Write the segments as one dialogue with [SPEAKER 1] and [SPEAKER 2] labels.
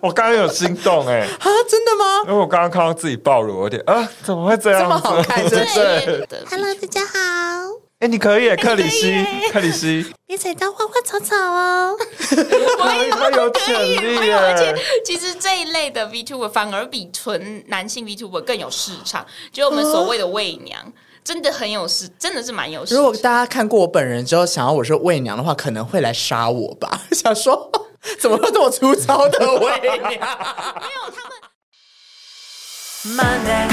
[SPEAKER 1] 我刚刚有心动哎、
[SPEAKER 2] 啊，真的吗？
[SPEAKER 1] 因为我刚刚看到自己暴露，我有点啊，怎么会这样
[SPEAKER 2] 这
[SPEAKER 1] 子？
[SPEAKER 2] 么好看，真
[SPEAKER 1] 对
[SPEAKER 2] 是。
[SPEAKER 3] Hello，大家好，
[SPEAKER 1] 哎、你可以 耶，克里希，克里希，
[SPEAKER 3] 别踩到花花草草哦。
[SPEAKER 1] 他他有潜力耶，
[SPEAKER 4] 而且其实这一类的 VTuber 反而比纯男性 VTuber 更有市场，就我们所谓的媚娘。真的很有市，真的是蛮有市
[SPEAKER 2] 如
[SPEAKER 4] 场。
[SPEAKER 2] 果大家看过我本人之后，想要我是媚娘的话，可能会来杀我吧。 想说怎么会这么粗糙的媚娘？
[SPEAKER 5] Monday，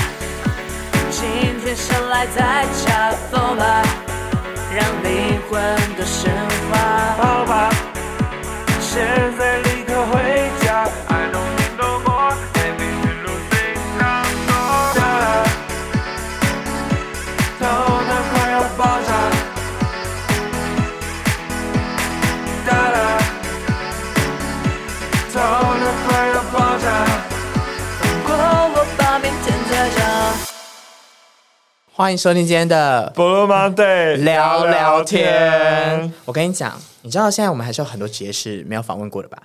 [SPEAKER 5] 今天生来在恰逢吧，让灵魂的升华。好吧，现在立刻回家。I don't need no more anything to think I'm gonna. 头脑快要爆炸。哒啦，头脑快要爆炸。如果我把明天再讲。
[SPEAKER 2] 欢迎收听今天的
[SPEAKER 1] 布鲁曼 day
[SPEAKER 2] 聊聊天。。我跟你讲，你知道现在我们还是有很多职业是没有访问过的吧？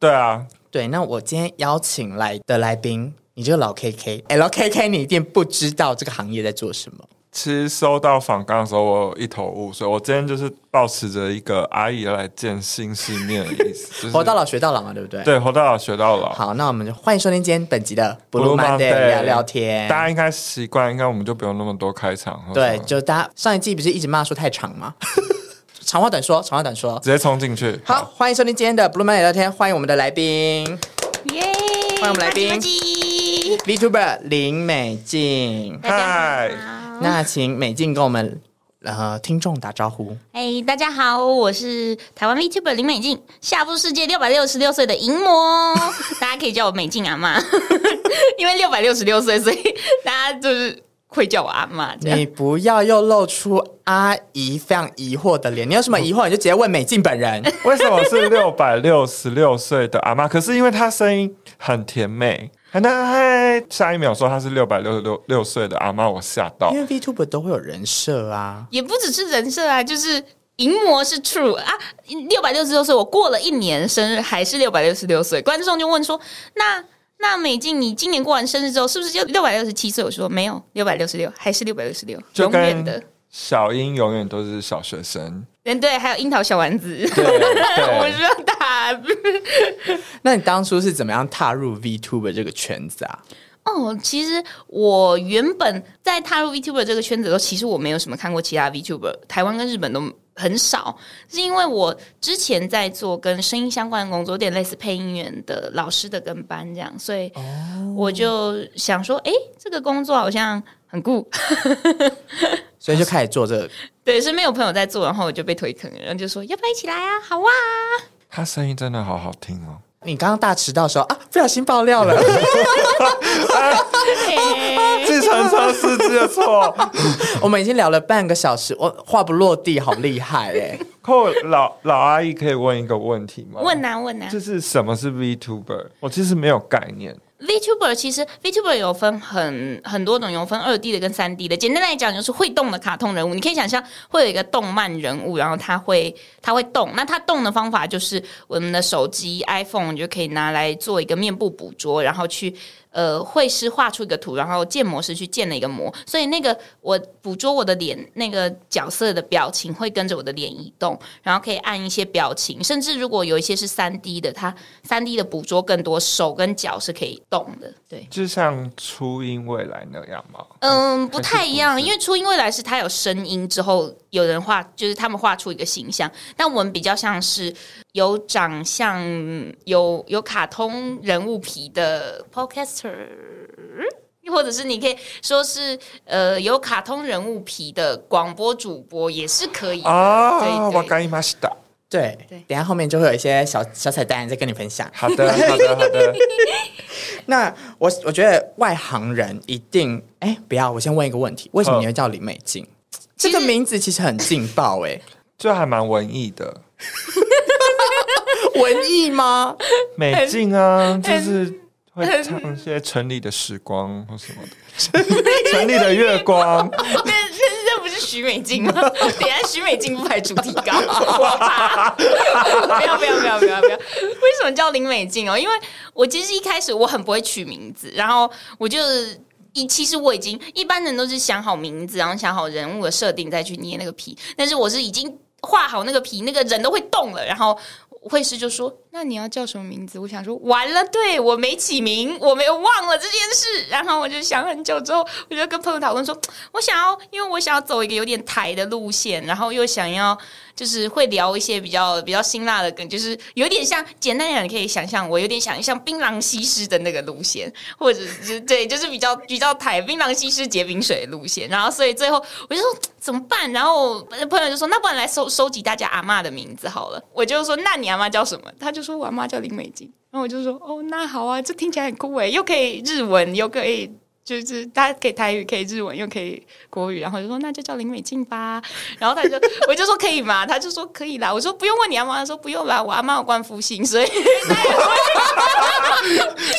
[SPEAKER 1] 对啊，
[SPEAKER 2] 对，那我今天邀请来的来宾，你这个老 KK，哎，老 KK，你一定不知道这个行业在做什么。
[SPEAKER 1] 其实收到访纲的时候，我一头雾水。我今天就是保持着一个阿姨来见新世面的意 思，就是
[SPEAKER 2] 活到老学到老嘛，对不对？。
[SPEAKER 1] 对，活到老学到老。
[SPEAKER 2] 好，那我们就欢迎收听今天本集的 Blue
[SPEAKER 1] Blue
[SPEAKER 2] Monday
[SPEAKER 1] Monday
[SPEAKER 2] 聊聊天。
[SPEAKER 1] 大家应该习惯，应该我们就不用那么多开场。
[SPEAKER 2] 对，就大家上一季不是一直骂说太长吗？ 长话短说，长话短说。
[SPEAKER 1] 直接冲进去。
[SPEAKER 2] 好，欢迎收听今天的 Blue Man 聊天，欢迎我们的来宾
[SPEAKER 4] 耶！
[SPEAKER 2] 欢迎我们来宾
[SPEAKER 4] 麻吉麻吉
[SPEAKER 2] VTuber 林美静。
[SPEAKER 1] 嗨，
[SPEAKER 2] 那请美静跟我们呃听众打招呼。
[SPEAKER 4] 哎，大家好，我是台湾 VTuber 林美静，下部世界六百六十六岁的淫 魔，大家可以叫我美静阿妈， 因为六百六十六岁，所以大家就是会叫我阿妈这样。
[SPEAKER 2] 你不要又露出阿姨非常疑惑的脸，你有什么疑惑你就直接问美静本 人。
[SPEAKER 1] 为什么是六百六十六岁的阿妈？可是因为她声音很甜美，那嗨，下一秒说她是六百六十六六岁的阿妈，我吓到
[SPEAKER 2] 因。为 VTuber 都会有人设啊，
[SPEAKER 4] 也不只是人设啊，就是淫魔是 true 啊，六百六十六岁，我过了一年生日还是六百六十六岁。观众就问说，那那美静，你今年过完生日之后是不是就六百六十七岁？我说没有，六百六十六还是六百六十六，
[SPEAKER 1] 就
[SPEAKER 4] 永
[SPEAKER 1] 跟
[SPEAKER 4] 远的。
[SPEAKER 1] 小英永远都是小学生，
[SPEAKER 4] 嗯，对，还有樱桃小丸子，
[SPEAKER 1] 对啊
[SPEAKER 4] 我
[SPEAKER 1] 对，
[SPEAKER 4] 需要打。
[SPEAKER 2] 那你当初是怎么样踏入 VTuber 这个圈子啊？
[SPEAKER 4] 哦，其实我原本在踏入 VTuber 这个圈子的时候，其实我没有什么看过其他 VTuber，台湾跟日本都很少，是因为我之前在做跟声音相关的工作，有点类似配音员的老师的跟班这样，所以我就想说，诶，这个工作好像很酷，
[SPEAKER 2] 所以就开始做这个。
[SPEAKER 4] 对，身边有朋友在做，然后我就被推坑了，然后就说要不要一起来啊？好啊！
[SPEAKER 1] 她声音真的好好听哦。
[SPEAKER 2] 你刚刚大迟到的时候啊，不小心爆料了。
[SPEAKER 1] 计程车司机的 错，
[SPEAKER 2] 我们已经聊了半个小时，我话不落地，好厉害哎、
[SPEAKER 1] 可我老老阿姨可以问一个问题吗？
[SPEAKER 4] 问啊问啊，
[SPEAKER 1] 就是什么是 VTuber？我其实没有概念。
[SPEAKER 4] VTuber 其实 VTuber 有分很很多种，有分二 D 的跟三 D 的。简单来讲，就是会动的卡通人物，你可以想象会有一个动漫人物，然后他会他会动。那他动的方法就是我们的手机 iPhone 你就可以拿来做一个面部捕捉，然后去呃绘师画出一个图，然后建模师去建了一个模。所以那个我捕捉我的脸，那个角色的表情会跟着我的脸移动，然后可以按一些表情，甚至如果有一些是三 D 的，它三 D 的捕捉更多，手跟脚是可以动的。对，
[SPEAKER 1] 就像初音未来那样吗？
[SPEAKER 4] 嗯，不太一样，
[SPEAKER 1] 还是不是
[SPEAKER 4] 因为初音未来是它有声音之后，有人画，就是他们画出一个形象，但我们比较像是有长相、有有卡通人物皮的 podcaster。或者是你可以说是呃有卡通人物皮的广播主播也是可以的对
[SPEAKER 1] 啊，
[SPEAKER 4] 对
[SPEAKER 1] 我干伊玛西达。
[SPEAKER 2] 对，等一下后面就会有一些小小彩蛋再跟你分享。
[SPEAKER 1] 好的，好的，好的。
[SPEAKER 2] 那我我觉得外行人一定哎、不要，我先问一个问题，为什么
[SPEAKER 1] 嗯
[SPEAKER 2] 你会叫林美静？
[SPEAKER 4] 其
[SPEAKER 2] 这
[SPEAKER 4] 实
[SPEAKER 2] 个名字其实很劲爆哎、
[SPEAKER 1] 就还蛮文艺的，
[SPEAKER 2] 文艺吗？
[SPEAKER 1] 美静啊，就是会唱一些 城里的时光或什么的，城里的月光，
[SPEAKER 4] 但但是这不是是许美静吗？ 等一下许美静不拍主题稿，我怕。不要不要不要不要不要！为什么叫林美静哦？因为我其实一开始我很不会取名字，然后我就。一其实我已经一般人都是想好名字，然后想好人物的设定再去捏那个皮，但是我是已经画好那个皮，那个人都会动了，然后会师就说：“那你要叫什么名字？”我想说，完了，对我没起名，我没有忘了这件事。然后我就想很久之后，我就跟朋友讨论说，我想要，因为我想要走一个有点台的路线，然后又想要就是会聊一些比较比较辛辣的梗，就是有点像简单点，你可以想象我有点想像槟榔西施的那个路线，或者就是对，就是比较比较台槟榔西施结冰水的路线。然后所以最后我就说怎么办？然后呃朋友就说那不然来收收集大家阿嬷的名字好了。我就说那你阿妈叫什么？他就说我阿妈叫林美静。然后我就说哦那好啊，这听起来很酷诶，又可以日文，又可以就是他可以台语，可以日文，又可以国语，然后就说那就叫林美静吧。 然后他就我就说可以吗？他就说可以啦。我说不用问你阿妈，他说不用啦，我阿妈有冠夫姓，所以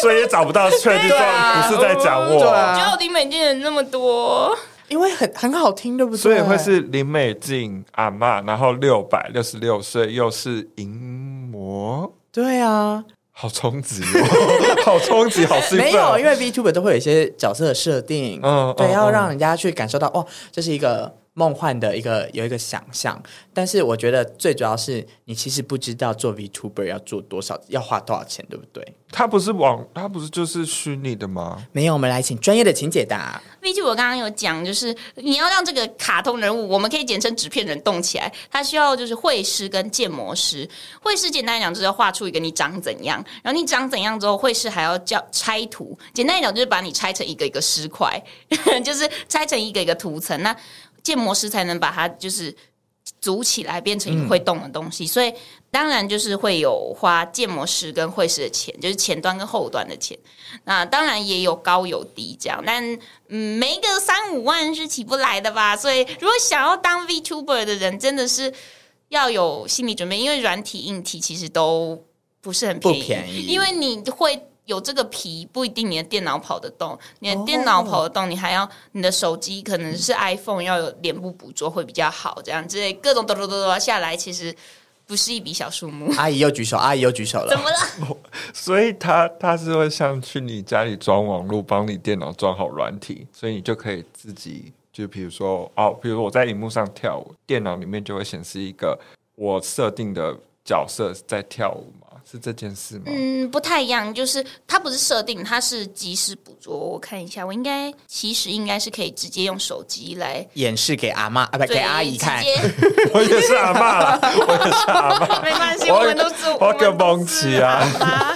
[SPEAKER 1] 所以也找不到确定说
[SPEAKER 2] 啊
[SPEAKER 1] 不是在讲我，
[SPEAKER 2] 对啊
[SPEAKER 4] 觉得林美静人那么多，
[SPEAKER 2] 因为很很好听，对不对？
[SPEAKER 1] 所以会是林美静阿嬷，然后六百六十六岁，又是淫魔，
[SPEAKER 2] 对啊，
[SPEAKER 1] 好冲击、哦， 好冲击，好兴奋。哦
[SPEAKER 2] 没有，因为 VTuber 都会有一些角色的设定，
[SPEAKER 1] 嗯
[SPEAKER 2] 对，
[SPEAKER 1] 嗯
[SPEAKER 2] 要
[SPEAKER 1] 嗯
[SPEAKER 2] 让人家去感受到，哦，这是一个梦幻的一个有一个想象。但是我觉得最主要是你其实不知道做 VTuber 要做多少，要花多少钱，对不对？
[SPEAKER 1] 他不是网，他不是就是虚拟的吗？
[SPEAKER 2] 没有，我们来请专业的请解答。
[SPEAKER 4] 毕竟我刚刚有讲，就是你要让这个卡通人物，我们可以简称纸片人动起来，他需要就是绘师跟建模师。绘师简单来讲就是要画出一个你长怎样，然后你长怎样之后，绘师还要叫拆图。简单来讲就是把你拆成一个一个尸块， 就是拆成一个一个图层。那建模师才能把它就是组起来，变成一个会动的东西。所以当然就是会有花建模师跟会师的钱，就是前端跟后端的钱。那当然也有高有低这样，但嗯，没个三五万是起不来的吧？所以如果想要当 VTuber 的人，真的是要有心理准备，因为软体、硬体其实都不是很便宜，
[SPEAKER 2] 不便宜
[SPEAKER 4] 因为你会。有这个皮不一定你的电脑跑得动，你的电脑跑得动，你还要你的手机可能
[SPEAKER 2] 哦
[SPEAKER 4] 是 iPhone 要有脸部捕捉会比较好，这样之类各种哆哆哆哆下来，其实不是一笔小 数目。
[SPEAKER 2] 阿姨又举手，阿姨又举手
[SPEAKER 4] 怎
[SPEAKER 2] 了。
[SPEAKER 4] 么了？
[SPEAKER 1] 所以他他是会像去你家里装网络，帮你电脑装好软体，所以你就可以自己就比如说哦，比如我在荧幕上跳舞，电脑里面就会显示一个我设定的角色在跳舞嘛，是这件事吗？
[SPEAKER 4] 嗯，不太一样，就是它不是设定，它是及时捕捉。我看一下，我应该其实应该是可以直接用手机来
[SPEAKER 2] 演示给阿妈啊，不给
[SPEAKER 4] 对
[SPEAKER 2] 阿姨 看
[SPEAKER 4] 直。接
[SPEAKER 1] 我也是阿妈啦，
[SPEAKER 4] 哦没关系，
[SPEAKER 1] 我
[SPEAKER 4] 我们都是
[SPEAKER 1] 我叫
[SPEAKER 4] 们都
[SPEAKER 1] 蒙
[SPEAKER 4] 是
[SPEAKER 1] 奇啊
[SPEAKER 4] 阿妈，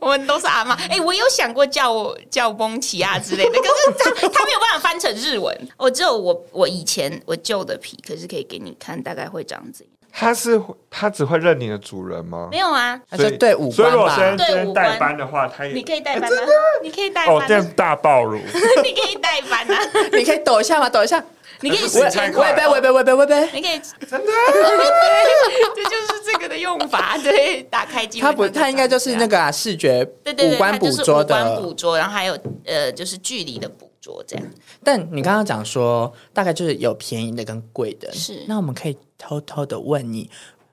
[SPEAKER 4] 我们都是阿妈。哎、我有想过叫我叫蒙奇啊之类的，可是他他没有办法翻成日 文。我哦只有我我以前我旧的皮，可是可以给你看，大概会长怎样？
[SPEAKER 1] 他是他只会认你的主人吗
[SPEAKER 4] 没？有啊，
[SPEAKER 2] 他
[SPEAKER 1] 所
[SPEAKER 2] 说
[SPEAKER 1] 以
[SPEAKER 2] 对五
[SPEAKER 1] 所以
[SPEAKER 2] 官
[SPEAKER 1] 如果
[SPEAKER 2] 吧
[SPEAKER 1] 先，
[SPEAKER 4] 对
[SPEAKER 1] 先
[SPEAKER 4] 五官
[SPEAKER 1] 代班的话，他也
[SPEAKER 4] 你可以代班吗？啊你可以代班
[SPEAKER 1] 啊哦
[SPEAKER 4] 吗，
[SPEAKER 1] 这样大暴露。
[SPEAKER 4] 你可以代班啊，
[SPEAKER 2] 你可以抖一下吗？抖一下。
[SPEAKER 4] 你可以时
[SPEAKER 2] 我也
[SPEAKER 4] 间
[SPEAKER 2] 我也呗，我也呗，我也呗，我也呗。
[SPEAKER 4] 你可以真的， 对，这就是这个的用 法。对，打开机会
[SPEAKER 2] 他不，他应该就是那个啊，视觉
[SPEAKER 4] 对对对，
[SPEAKER 2] 五官
[SPEAKER 4] 它
[SPEAKER 2] 捕
[SPEAKER 4] 就是
[SPEAKER 2] 捉
[SPEAKER 4] 五官捕
[SPEAKER 2] 的。
[SPEAKER 4] 捉，然后还有呃，就是距离的捕捉这样。
[SPEAKER 2] 但你刚刚讲说，大概就是有便宜的跟贵的。
[SPEAKER 4] 是
[SPEAKER 2] 那我们可以偷偷的问你，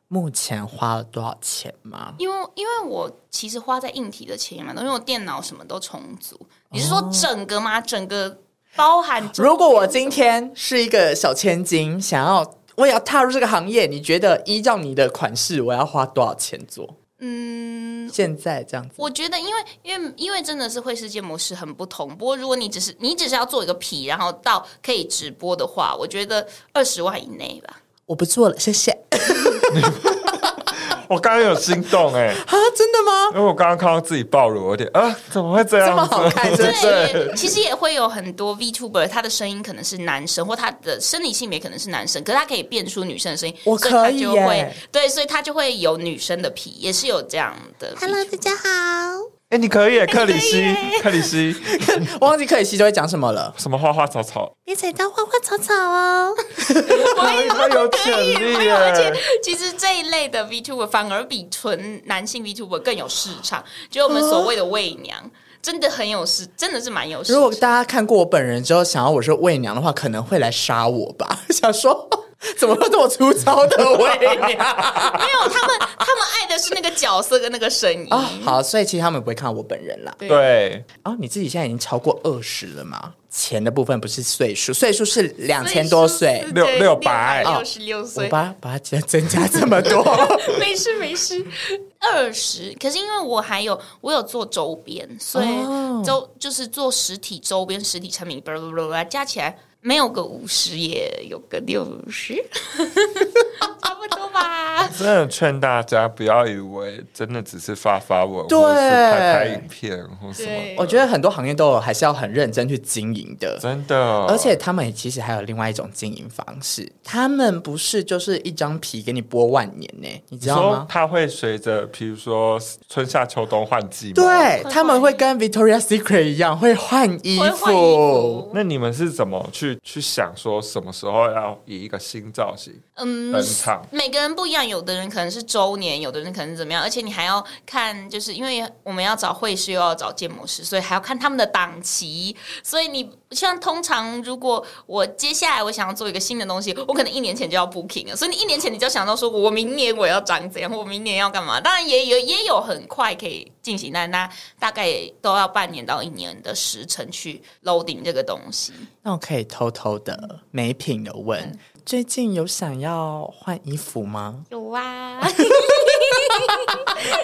[SPEAKER 2] 目前花了多少钱吗？
[SPEAKER 4] 因为因为我其实花在硬体的钱也蛮多，因为我电脑什么都重组。你是说整个吗？整个包含？
[SPEAKER 2] 如果我今天是一个小千金，想要我也要踏入这个行业，你觉得依照你的款式，我要花多少钱做？
[SPEAKER 4] 嗯。
[SPEAKER 2] 现在这样子，
[SPEAKER 4] 我觉得因，为因为因为真的是会世界模式很不同。不过，如果你只是你只是要做一个皮，然后到可以直播的话，我觉得二十万以内吧。
[SPEAKER 2] 我不做了，谢 谢。
[SPEAKER 1] 我刚刚有心动哎、
[SPEAKER 2] 啊，真的吗？
[SPEAKER 1] 因为我刚刚看到自己暴露，我有点啊，怎么会这样
[SPEAKER 2] 这么好
[SPEAKER 1] 子？
[SPEAKER 2] 看，真的。
[SPEAKER 4] 对，也其实也会有很多 VTuber，他的声音可能是男生，或他的生理性别可能是男生，可是他可以变出女生的声音，
[SPEAKER 2] 我
[SPEAKER 4] 所以他
[SPEAKER 2] 可以
[SPEAKER 4] 就
[SPEAKER 2] 耶
[SPEAKER 4] 会对，所以他就会有女生的皮，也是有这样的
[SPEAKER 3] Hello，
[SPEAKER 4] VTuber。
[SPEAKER 3] 大家好，
[SPEAKER 1] 哎、你可以、欸，克里
[SPEAKER 2] 哎
[SPEAKER 1] 希，克里希，
[SPEAKER 2] 我忘记克里希就会讲什么了。
[SPEAKER 1] 什么花花草草，
[SPEAKER 3] 别踩到花花草草哦。
[SPEAKER 2] 哎
[SPEAKER 1] 他有潜力耶、
[SPEAKER 4] 哎而且其实这一类的 VTuber 反而比纯男性 VTuber 更有市场，就我们所谓的媚娘。真的很有事，真的是蛮有事。
[SPEAKER 2] 如果大家看过我本人之后，想要我是魏娘的话，可能会来杀我吧。 想说怎么会这么粗糙的魏娘
[SPEAKER 4] 没有他们，他们爱的是那个角色跟那个声音
[SPEAKER 2] 啊？好，所以其实他们不会看我本人啦。
[SPEAKER 1] 对，
[SPEAKER 2] 哦，你自己现在已经超过二十了嘛？钱的部分不是岁数，岁数是两千多岁。哦
[SPEAKER 1] 六六
[SPEAKER 4] 六
[SPEAKER 1] 百
[SPEAKER 4] 六十六
[SPEAKER 2] 我
[SPEAKER 4] 岁，
[SPEAKER 2] 把把它增增加这么多，
[SPEAKER 4] 没事没事，二十。可是因为我还有我有做周边，所以
[SPEAKER 2] 哦
[SPEAKER 4] 周、就是做实体周边、实体产品，巴拉巴拉巴拉加起来没有个五十，也有个六十， 差不多吧。
[SPEAKER 1] 真的劝大家不要以为真的只是发发文，
[SPEAKER 2] 对
[SPEAKER 1] 或者是拍拍影片或什么，
[SPEAKER 4] 对
[SPEAKER 2] 我觉得很多行业都有还是要很认真去经营的。
[SPEAKER 1] 真的。哦
[SPEAKER 2] 而且他们其实还有另外一种经营方式，他们不是就是一张皮给你剥万年呢、你
[SPEAKER 1] 你
[SPEAKER 2] 知道
[SPEAKER 1] 说
[SPEAKER 2] 吗？
[SPEAKER 1] 它会随着，比如说春夏秋冬换季吗？。
[SPEAKER 2] 对，他们会跟 Victoria Secret 一样会换衣
[SPEAKER 4] 会换
[SPEAKER 2] 服。
[SPEAKER 4] 衣服，
[SPEAKER 1] 那你们是怎么去去想说什么时候要以一个新造型
[SPEAKER 4] 嗯
[SPEAKER 1] 登，场？
[SPEAKER 4] 每个人不一样，有的人可能是周年，有的人可能是怎么样，而且你还要看，就是因为我们要找会师，又要找建模师，所以还要看他们的档期。所以你像通常，如果我接下来我想要做一个新的东西，我可能一年前就要 booking 了，所以你一年前你就想到说我明年我要长怎样，我明年要干嘛？当然也有也有很快可以进行，但那大概都要半年到一年的时辰去 loading 这个东西。
[SPEAKER 2] 那我可以偷偷的没品的问，最近有想要换衣服吗？
[SPEAKER 4] 有啊，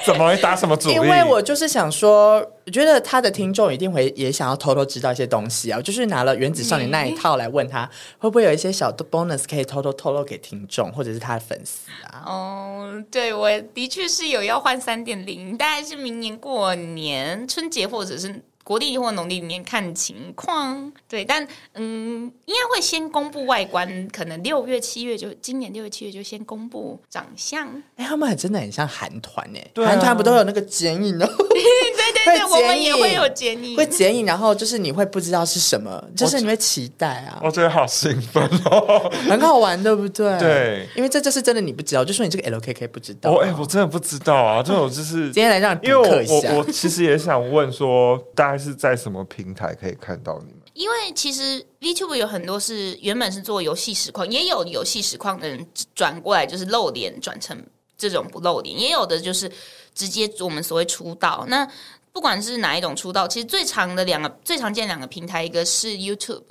[SPEAKER 1] 怎么会打什么主意？
[SPEAKER 2] 因为我就是想说，我觉得他的听众一定会也想要偷偷知道一些东西啊。我就是拿了《原子少年》那一套来问他，会不会有一些小的 bonus 可以偷偷透露给听众或者是他的粉丝啊？
[SPEAKER 4] 哦，对，我的确是有要换三点零，大概是明年过年春节或者是国历或农历年看情况。对，但嗯，应该会先公布外观，可能六月、七月就今年六月、七月就先公布长相。
[SPEAKER 2] 哎、他们还真的很像韩团哎，
[SPEAKER 1] 对啊
[SPEAKER 2] 韩团不都有那个剪影哦，
[SPEAKER 4] 对对
[SPEAKER 2] 会
[SPEAKER 4] 对，我们也
[SPEAKER 2] 剪影
[SPEAKER 4] 会有建 议。
[SPEAKER 2] 会剪影，然后就是你会不知道是什么，就是你会期待啊
[SPEAKER 1] 我，觉得好兴奋哦！
[SPEAKER 2] 很好玩，对不对？
[SPEAKER 1] 对
[SPEAKER 2] 因为这就是真的你不知道，就说你这个 LKK 不知道啊。
[SPEAKER 1] 我哎、我真的不知道啊，这种就是
[SPEAKER 2] 今天来让你
[SPEAKER 1] 因为我
[SPEAKER 2] 补课一下
[SPEAKER 1] 我我其实也想问说，大概是在什么平台可以看到 你们？
[SPEAKER 4] 因为其实 VTuber 有很多是原本是做游戏实况，也有游戏实况的人转过来就是露脸转成这种不露脸，也有的就是直接我们所谓出道。那不管是哪一种出道，其实最长的两个最常见两个平台，一个是 YouTube，、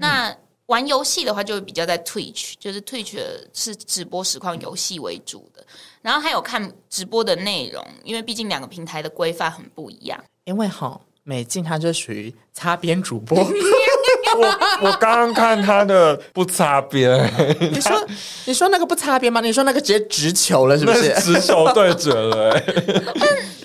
[SPEAKER 4] 那。玩游戏的话，就会比较在 Twitch，就是 Twitch 的是直播实况游戏为主的，然后还有看直播的内容，因为毕竟两个平台的规范很不一样。
[SPEAKER 2] 因为哈美静她就属于擦边主播，
[SPEAKER 1] 我我刚刚看他的不擦 边，
[SPEAKER 2] 你说你说那个不擦边吗？你说那个直接直球了是不
[SPEAKER 1] 那
[SPEAKER 2] 是
[SPEAKER 1] 是？直球对决了、哎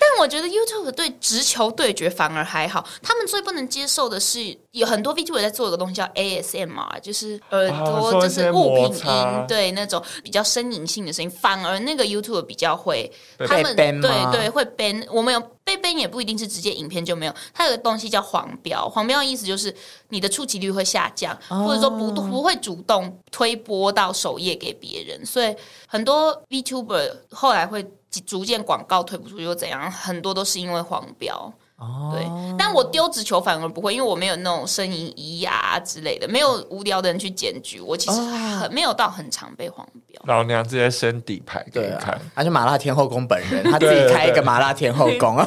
[SPEAKER 4] 但我觉得 YouTube 对直球对决反而还好，他们最不能接受的是有很多 VTuber 在做一个东西叫 ASMR，就是耳朵、
[SPEAKER 1] 啊说
[SPEAKER 4] 就
[SPEAKER 1] 一些
[SPEAKER 4] 是物品
[SPEAKER 1] 摩擦
[SPEAKER 4] 音，对那种比较呻吟性的声音，反而那个 YouTube 比较会，
[SPEAKER 1] 被
[SPEAKER 4] 他们
[SPEAKER 2] ban 吗
[SPEAKER 4] 对对会 ban，我们有被 ban 也不一定是直接影片就没有，它有个东西叫黄标，黄标意思就是你的触及率会下降，或者说不
[SPEAKER 2] 哦
[SPEAKER 4] 不会主动推播到首页给别人，所以很多 VTuber 后来会逐渐广告推不出去又怎样，很多都是因为黄标。
[SPEAKER 2] 哦
[SPEAKER 4] 对，但我丢直球反而不会，因为我没有那种呻吟仪啊之类的，没有无聊的人去检举我，其实
[SPEAKER 2] 哦
[SPEAKER 4] 很没有到很常被黄标。
[SPEAKER 1] 老娘直接先底牌给
[SPEAKER 2] 对
[SPEAKER 1] 你看
[SPEAKER 2] 啊。，他就麻辣天后宫本人，他自己开一个麻辣天后 宫。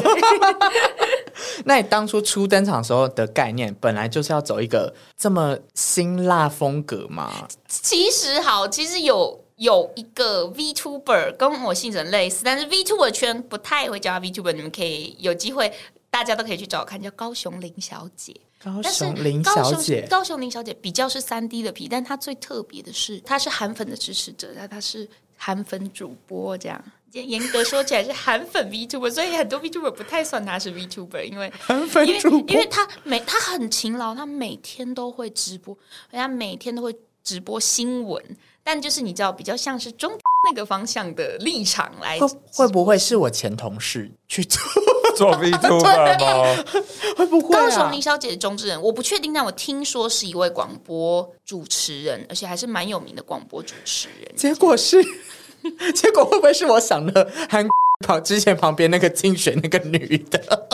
[SPEAKER 2] 那你当初初登场的时候的概念，本来就是要走一个这么辛辣风格嘛？
[SPEAKER 4] 其实好，其实有有一个 VTuber 跟我姓很类似，但是 VTuber 圈不太会叫他 VTuber，你们可以有机会。大家都可以去找看，叫高雄林小姐。
[SPEAKER 2] 高
[SPEAKER 4] 但是
[SPEAKER 2] 雄林小姐
[SPEAKER 4] 高雄，高雄林小姐比较是三 D 的皮，但她最特别的是，她是韩粉的支持者，她她是韩粉主播，这样严严格说起来是韩粉 VTuber，所以很多 VTuber 不太算她是 VTuber，因为
[SPEAKER 2] 韩粉
[SPEAKER 4] 因为
[SPEAKER 2] 主播
[SPEAKER 4] 因为他每他很勤劳，他每天都会直播，而且他每天都会直播新闻，但就是你知道，比较像是中 那个方向的立场来
[SPEAKER 2] 会会不会是我前同事去做？
[SPEAKER 1] 做
[SPEAKER 2] 啊
[SPEAKER 1] VTuber 吗？
[SPEAKER 2] 会不会、啊、
[SPEAKER 4] 高雄林小姐的中之人，我不确定，但我听说是一位广播主持人，而且还是蛮有名的广播主持人。
[SPEAKER 2] 结果是， 结果会不会是我想的韩旁之前旁边那个竞选那个女的？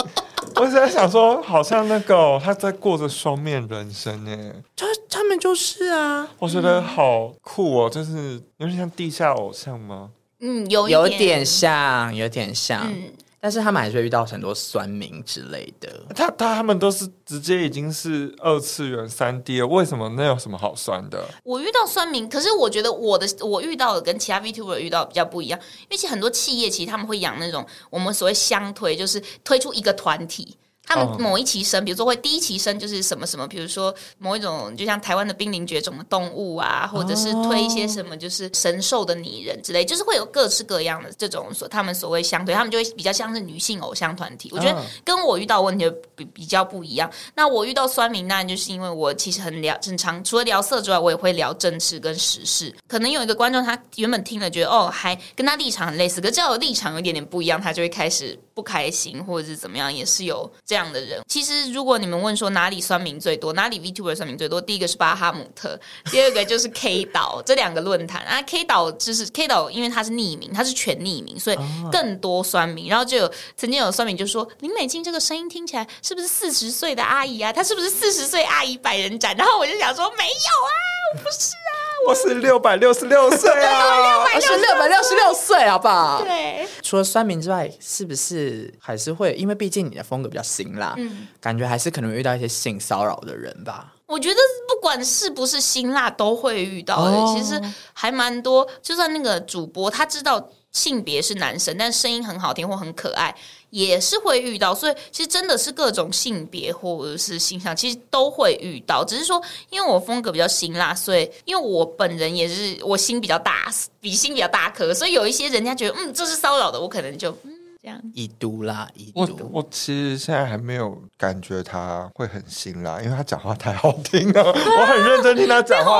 [SPEAKER 1] 我只在想说，好像那个哦、他在过着双面人生耶，
[SPEAKER 2] 他他们就是啊，
[SPEAKER 1] 我觉得好酷哦，就是有点像地下偶像吗？
[SPEAKER 4] 嗯，有
[SPEAKER 2] 有
[SPEAKER 4] 一
[SPEAKER 2] 点像，有点像，
[SPEAKER 4] 嗯
[SPEAKER 2] 但是他们还是会遇到很多酸民之类的。
[SPEAKER 1] 他他他们都是直接已经是二次元三 D 了，为什么那有什么好酸的？
[SPEAKER 4] 我遇到酸民，可是我觉得我的我遇到的跟其他 VTuber 遇到的比较不一样，因为其实很多企业其实他们会养那种我们所谓相推，就是推出一个团体。他
[SPEAKER 1] 哦
[SPEAKER 4] 们某一期生，比如说会第一期生就是什么什么，比如说某一种，就像台湾的濒临绝种的动物啊，或者
[SPEAKER 1] 哦
[SPEAKER 4] 是推一些什么就是神兽的拟人之类，就是会有各式各样的这种所他们所谓相推，他们就会比较像是女性偶像团体。我觉得
[SPEAKER 1] 嗯
[SPEAKER 4] 跟我遇到的问题比比较不一样。那我遇到酸民，那就是因为我其实很聊很常，除了聊色之外，我也会聊政治跟时事。可能有一个观众，他原本听了觉得哦，还跟他立场很类似，可是只要有立场有一点点不一样，他就会开始不开心或者是怎么样，也是有这样的人。其实如果你们问说哪里酸民最多，哪里 VTuber 酸民最多，第一个是巴哈姆特，第二个就是 K 岛这两个论坛啊。K 岛就是 K 岛，因为它是匿名，它是全匿名，所以
[SPEAKER 2] 哦
[SPEAKER 4] 更多酸民。然后就有曾经有酸民就说林美静这个声音听起来是不是四十岁的阿姨啊？她是不是四十岁阿姨百人斩？然后我就想说没有啊，我不是啊，
[SPEAKER 1] 我是六百六十六岁啊！
[SPEAKER 2] 哦而且六百六十六岁，好不好？
[SPEAKER 4] 对，
[SPEAKER 2] 除了酸民之外，是不是还是会？因为毕竟你的风格比较辛辣，感觉还是可能会遇到一些性骚扰的人吧。
[SPEAKER 4] 我觉得不管是不是辛辣都会遇到的，
[SPEAKER 2] 哦
[SPEAKER 4] 其实还蛮多。就算那个主播他知道性别是男生，但声音很好听或很可爱，也是会遇到。所以其实真的是各种性别或者是性向，其实都会遇到。只是说，因为我风格比较辛辣，所以因为我本人也是我心比较大，比心比较大颗，所以有一些人家觉得嗯这是骚扰的，我可能就嗯这样。
[SPEAKER 2] 已读啦，已
[SPEAKER 1] 我
[SPEAKER 2] 读。
[SPEAKER 1] 我其实现在还没有感觉他会很辛辣，因为他讲话太好听了，我很认真听他讲话。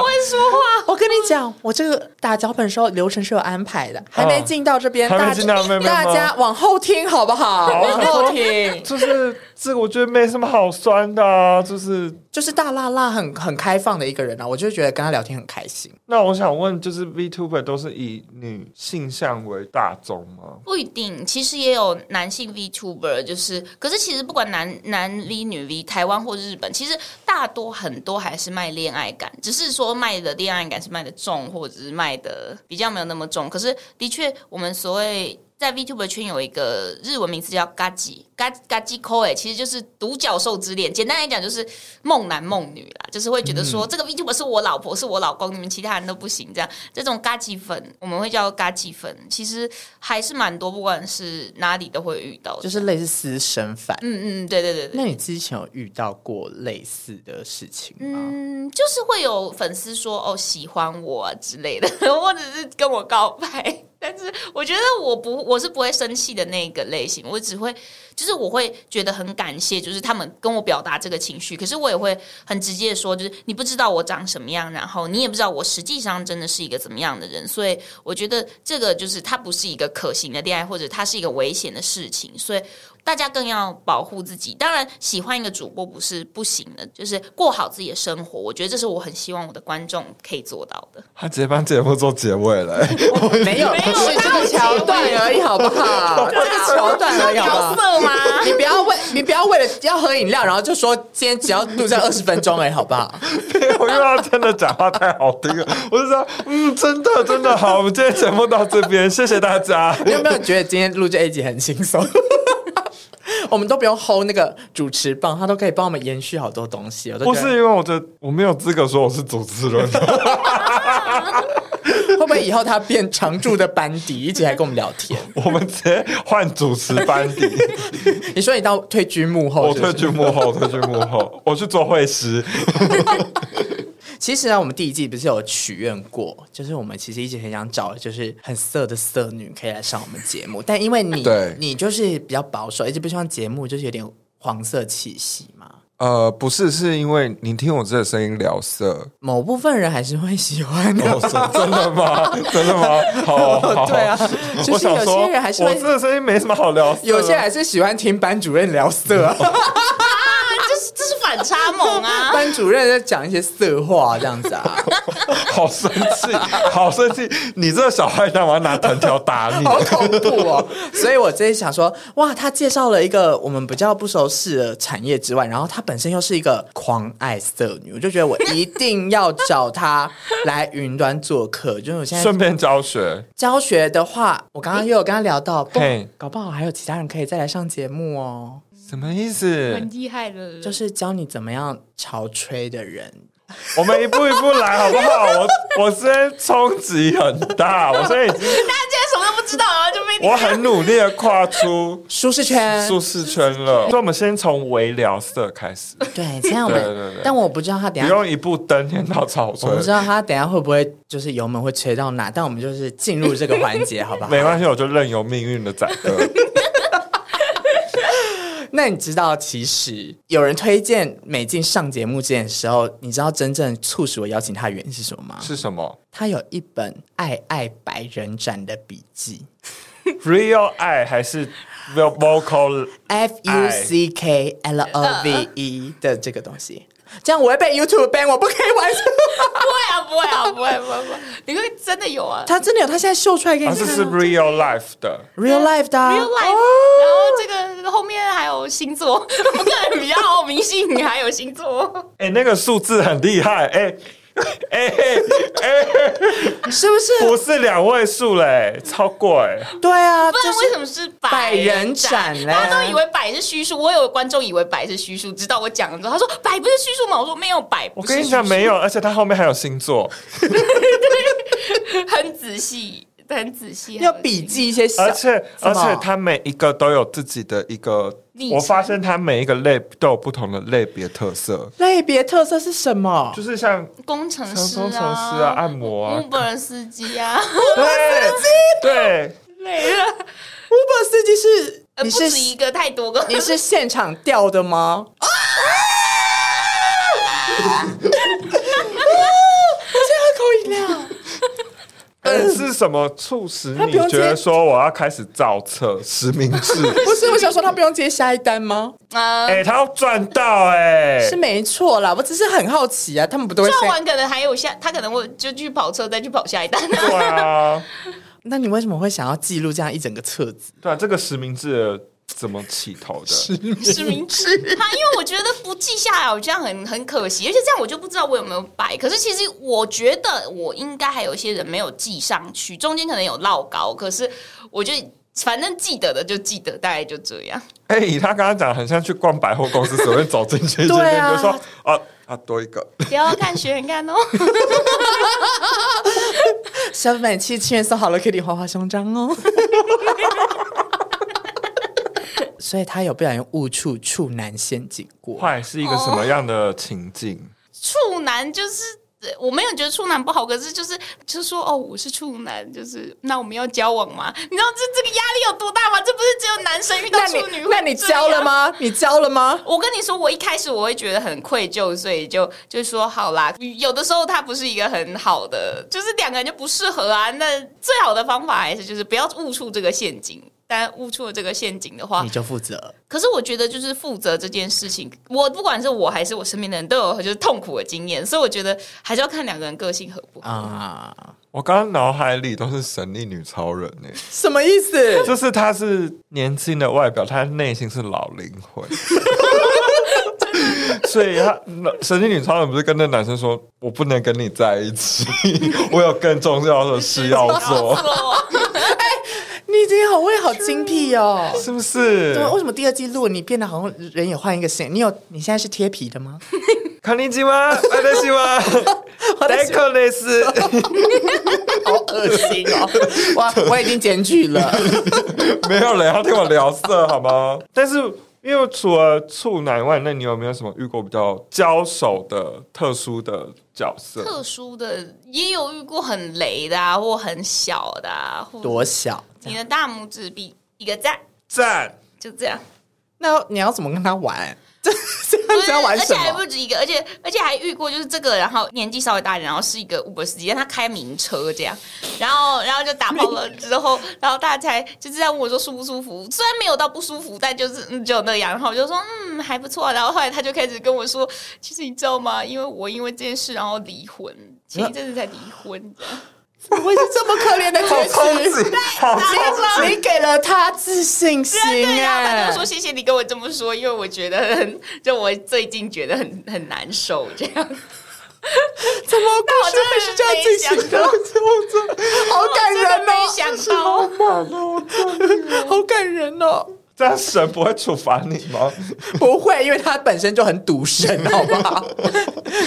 [SPEAKER 2] 我跟你讲，我这个打脚本的时候流程是有安排的，还没进到这边，
[SPEAKER 1] 哦还没
[SPEAKER 2] 大
[SPEAKER 1] 进到妹妹吗
[SPEAKER 2] 大家往后听好不 好？往后听，
[SPEAKER 1] 就是这个，我觉得没什么好酸的、啊。就是
[SPEAKER 2] 就是大辣辣很很开放的一个人啊，我就觉得跟他聊天很开心。
[SPEAKER 1] 那我想问，就是 VTuber 都是以女性向为大宗吗？
[SPEAKER 4] 不一定，其实也有男性 VTuber，就是，可是其实不管男男 V、女 V，台湾或日本，其实大多很多还是卖恋爱感，只是说卖的恋爱感是卖的重，或者是卖的比较没有那么重。可是的确，我们所谓在 VTuber 圈有一个日文名字叫嘎吉嘎嘎吉 k o e 其实就是独角兽之恋。简单来讲，就是梦男梦女啦，就是会觉得
[SPEAKER 2] 嗯
[SPEAKER 4] 说、这个 VTuber 是我老婆，是我老公，你们其他人都不行。这样这种嘎吉粉，我们会叫嘎吉粉，其实还是蛮多，不管是哪里都会遇到的。
[SPEAKER 2] 就是类似私生饭。
[SPEAKER 4] 嗯嗯，对对对对。
[SPEAKER 2] 那你之前有遇到过类似的事情吗？
[SPEAKER 4] 嗯，就是会有粉丝说哦喜欢我、啊、之类的， 或者是跟我告白，但是我觉得我不我是不会生气的那个类型，我只会就是我会觉得很感谢，就是他们跟我表达这个情绪，可是我也会很直接的说，就是你不知道我长什么样，然后你也不知道我实际上真的是一个怎么样的人，所以我觉得这个就是它不是一个可行的恋爱，或者它是一个危险的事情，所以大家更要保护自己。当然，喜欢一个主播不是不行的，就是过好自己的生活。我觉得这是我很希望我的观众可以做到的。
[SPEAKER 1] 他直接帮节目做结尾了、欸
[SPEAKER 2] 没有，是这个桥段而已，好不好？这个桥段而已，好不好？
[SPEAKER 4] 色吗？
[SPEAKER 2] 你不要为你不要为了要喝饮料，然后就说今天只要录这二十分钟而已，好不好？
[SPEAKER 1] 我因为他真的讲话太好听了，我就说，嗯，真的真的好，我们今天节目到这边，谢谢大家。
[SPEAKER 2] 你有没有觉得今天录这一集很轻松？ 我们都不用 hold 那个主持棒，他都可以帮我们延续好多东西。我都
[SPEAKER 1] 不
[SPEAKER 2] 觉
[SPEAKER 1] 是
[SPEAKER 2] 得
[SPEAKER 1] 因为我觉得我没有资格说我是主持 人，
[SPEAKER 2] 会不会以后他变常驻的班底，一直来跟我们聊 天？
[SPEAKER 1] 我们直接换主持班 底，
[SPEAKER 2] 你说你到退居幕后
[SPEAKER 1] 我
[SPEAKER 2] 是不是
[SPEAKER 1] 退居幕后，我退居幕后，我去做会 师。
[SPEAKER 2] 其实啊呢，我们第一季不是有许愿过，就是我们其实一直很想找，就是很色的色女可以来上我们节目，但因为你
[SPEAKER 1] 对
[SPEAKER 2] 你就是比较保守，一直不希望节目就是有点黄色气息嘛。
[SPEAKER 1] 呃，不是，是因为你听我这个声音聊色，
[SPEAKER 2] 某部分人还是会喜欢的，
[SPEAKER 1] 真的吗？真的吗？好，好好
[SPEAKER 2] 对啊就是
[SPEAKER 1] 我想
[SPEAKER 2] 有些
[SPEAKER 1] 说
[SPEAKER 2] 人还是
[SPEAKER 1] 我
[SPEAKER 2] 会
[SPEAKER 1] 这个声音没什么好聊色的，
[SPEAKER 2] 有些人还是喜欢听班主任聊色、啊。
[SPEAKER 4] 这是这是反反差萌 啊！
[SPEAKER 2] 班主任在讲一些色话这样子啊，
[SPEAKER 1] 好生气，好生气！你这个小坏蛋，我要拿藤条打你！
[SPEAKER 2] 好恐怖哦！所以我真的想说，哇，他介绍了一个我们比较不熟悉的产业之外，然后他本身又是一个狂爱色女，我就觉得我一定要找他来云端做客。就是我现在
[SPEAKER 1] 顺便教学，
[SPEAKER 2] 教学的话，我刚刚又有跟他聊到，不
[SPEAKER 1] 嘿，
[SPEAKER 2] 搞不好还有其他人可以再来上节目哦，
[SPEAKER 1] 什么意思
[SPEAKER 4] 很？厉害的，
[SPEAKER 2] 就是教你怎么样潮吹的人。
[SPEAKER 1] 我们一步一步来，好不好？我我现在冲击很大，我现在已经
[SPEAKER 4] 大家竟然什么都不知道啊，就被你
[SPEAKER 1] 我很努力的跨出
[SPEAKER 2] 舒适圈，
[SPEAKER 1] 舒适圈了。所以我们先从微聊色开始，
[SPEAKER 2] 对，这样我们，
[SPEAKER 1] 对对对
[SPEAKER 2] 但我不知道他等
[SPEAKER 1] 不
[SPEAKER 2] 一下
[SPEAKER 1] 用一步登天到草
[SPEAKER 2] 我不知
[SPEAKER 1] 村。
[SPEAKER 2] 道他等一下会不会就是油门会吹到哪，但我们就是进入这个环节，好不好？
[SPEAKER 1] 没关系，我就任由命运的宰割。
[SPEAKER 2] 那你知道，其实有人推荐美静上节目这件事候，你知道真正促使我邀请他的原因是什么吗？
[SPEAKER 1] 是什么
[SPEAKER 2] 他有一本《爱爱白人展》的笔记
[SPEAKER 1] ？Real 爱还是 Real Vocal
[SPEAKER 2] ，F U C K L O V E 的这个东西。这样我会被 YouTube ban，我不可以玩。
[SPEAKER 4] 不会啊，不会啊，不会，不会，不会，你会真的有啊
[SPEAKER 2] 他真的有，他现在秀出来给你
[SPEAKER 1] 啊，
[SPEAKER 2] 看
[SPEAKER 1] 这
[SPEAKER 2] 啊、
[SPEAKER 1] 是 Real Life 的。
[SPEAKER 2] real life 的啊、
[SPEAKER 4] ，real life，、然后这个后面还有星座，我个人比较好迷信，你还有星座，
[SPEAKER 1] 哎、那个数字很厉害，哎、哎、哎、
[SPEAKER 2] 是不是？
[SPEAKER 1] 不是两位数嘞，超过哎、
[SPEAKER 2] 对啊，
[SPEAKER 4] 不
[SPEAKER 2] 就
[SPEAKER 4] 然
[SPEAKER 2] 是
[SPEAKER 4] 为什么是百
[SPEAKER 2] 人
[SPEAKER 4] 展
[SPEAKER 2] 展嘞
[SPEAKER 4] 大家都以为百是虚数，我有观众以为百是虚数，直到我讲了之后，他说百不是虚数嘛，我说没有百，
[SPEAKER 1] 我跟你讲没
[SPEAKER 4] 有，
[SPEAKER 1] 有，而且它后面还有星座，
[SPEAKER 4] 很仔细，很仔细，
[SPEAKER 2] 要笔记一些小，
[SPEAKER 1] 而且
[SPEAKER 2] 什
[SPEAKER 1] 而
[SPEAKER 2] 么
[SPEAKER 1] 且它每一个都有自己的一个
[SPEAKER 4] 历，程
[SPEAKER 1] 我发现它每一个类都有不同的类别特色，
[SPEAKER 2] 类别特色是什么？
[SPEAKER 1] 就是像
[SPEAKER 2] 啊
[SPEAKER 4] 工程
[SPEAKER 1] 像
[SPEAKER 4] 师
[SPEAKER 1] 工程师啊、
[SPEAKER 4] 啊，
[SPEAKER 1] 按摩啊，
[SPEAKER 2] 嗯
[SPEAKER 4] Uber 司机 啊，
[SPEAKER 1] 对
[SPEAKER 2] 嗯
[SPEAKER 1] 对，
[SPEAKER 4] 累了，
[SPEAKER 2] Uber 司机是
[SPEAKER 4] 呃
[SPEAKER 2] 你
[SPEAKER 4] 不
[SPEAKER 2] 是
[SPEAKER 4] 止一个，太多个，
[SPEAKER 2] 你是现场调的 吗？啊！我先 喝口饮料。
[SPEAKER 1] 但哎是什么促使
[SPEAKER 2] 它
[SPEAKER 1] 你
[SPEAKER 2] 不用
[SPEAKER 1] 觉
[SPEAKER 2] 接
[SPEAKER 1] 得说我要开始造册实名 制？
[SPEAKER 2] 不是，我想说他不用接下一单吗？
[SPEAKER 4] 呃
[SPEAKER 1] 哎、他要赚到哎、
[SPEAKER 2] 嗯是没错啦，我只是很好奇啊，他们不都会
[SPEAKER 4] 赚
[SPEAKER 2] 先？
[SPEAKER 4] 完可能还有下，他可能会就去跑车，再去跑下一 单。
[SPEAKER 1] 对啊。
[SPEAKER 2] 那你为什么会想要记录这样一整个册子？
[SPEAKER 1] 对啊，这个实名制怎么起头的？
[SPEAKER 4] 实名制，他因为我觉得不记下来，我这样很很可惜，而且这样我就不知道我有没有摆。可是其实我觉得我应该还有一些人没有记上去，中间可能有落稿，可是我就反正记得的就记得，大概就这样。
[SPEAKER 1] 哎、以他刚刚讲，很像去逛百货公司，随便走进去，就
[SPEAKER 2] 对啊
[SPEAKER 1] 就说啊啊多一个，
[SPEAKER 4] 不要看学员看哦，
[SPEAKER 2] 小本七七元送好了 Kitty 花花胸章 哦。所以他有不小心误触处男陷阱过，
[SPEAKER 1] 坏是一个
[SPEAKER 2] 哦
[SPEAKER 1] 什么样的情境？
[SPEAKER 4] 处男就是。呃我没有觉得处男不好，可是就是就说哦，我是处男，就是那我们要交往吗？你知道这这个压力有多大吗？这不是只有男生遇到
[SPEAKER 2] 那
[SPEAKER 4] 处
[SPEAKER 2] 你
[SPEAKER 4] 女
[SPEAKER 2] 那你交了
[SPEAKER 4] 吗？
[SPEAKER 2] 吗？你交了吗？
[SPEAKER 4] 我跟你说，我一开始我会觉得很愧疚，所以就就说好啦。 有的时候它不是一个很好的，就是两个人就不适合啊。那最好的方法还是就是不要误触这个陷阱。但误触了这个陷阱的话
[SPEAKER 2] 你，就负责。
[SPEAKER 4] 可是我觉得就是负责这件事情，我不管是我还是我身边的人都有就是痛苦的经验，所以我觉得还是要看两个人个性合不合。
[SPEAKER 2] 啊、
[SPEAKER 1] 我刚刚脑海里都是神力女超人 呢、
[SPEAKER 2] 什么意思？
[SPEAKER 1] 就是她是年轻的外表，她内心是老灵魂。 所以她神力女超人不是跟那男生说：“我不能跟你在一起， 我有更重要的事要 做。
[SPEAKER 2] 你今天好会好精辟哦”。
[SPEAKER 1] 是不是？
[SPEAKER 2] 怎么？为什么第二季录你变得好像人也换一个线？你有你现在是贴皮的吗？
[SPEAKER 1] 康尼基吗？爱德西吗？戴克雷斯，
[SPEAKER 2] 好恶心哦！我我已经检举了。
[SPEAKER 1] 没有人要听我聊色好吗？但是因为除了处男外，那你有没有什么遇过比较交手的特殊的角色？
[SPEAKER 4] 特殊的也有遇过很雷的啊，或很小的啊，或
[SPEAKER 2] 多小？
[SPEAKER 4] 你的大拇指比一个赞，
[SPEAKER 1] 赞，
[SPEAKER 4] 就这样。
[SPEAKER 2] 那你要怎么跟他玩？这这 他想要玩
[SPEAKER 4] 而
[SPEAKER 2] 什
[SPEAKER 4] 且还不
[SPEAKER 2] 么？
[SPEAKER 4] 止一个，而且而且还遇过就是这个，然后年纪稍微大一点，然后是一个 Uber 司机，但他开名车这样，然后然后就打包了之后，然后大家才就是在问我说舒不舒服，虽然没有到不舒服，但就是嗯就那样，然后我就说嗯还不错，然后后来他就开始跟我说，其实你知道吗？因为我因为这件事然后离婚，前一阵子才离 婚这样。
[SPEAKER 2] 怎么会是这么可怜的
[SPEAKER 1] 好
[SPEAKER 2] 结
[SPEAKER 1] 空
[SPEAKER 2] 局？
[SPEAKER 1] 子，好空子。
[SPEAKER 2] 你你给了他自信心
[SPEAKER 4] 对呀、他
[SPEAKER 2] 哎
[SPEAKER 4] 就说，谢谢你跟我这么说，因为我觉得很， 就我最近觉得很很难受这样。
[SPEAKER 2] 怎么故事会是这样进行的？ 好感人
[SPEAKER 4] 没
[SPEAKER 2] 哦，
[SPEAKER 4] 想到，
[SPEAKER 2] 好感人哦！
[SPEAKER 1] 这样神不会处罚你吗？
[SPEAKER 2] 不会，因为他本身就很赌神，好不好？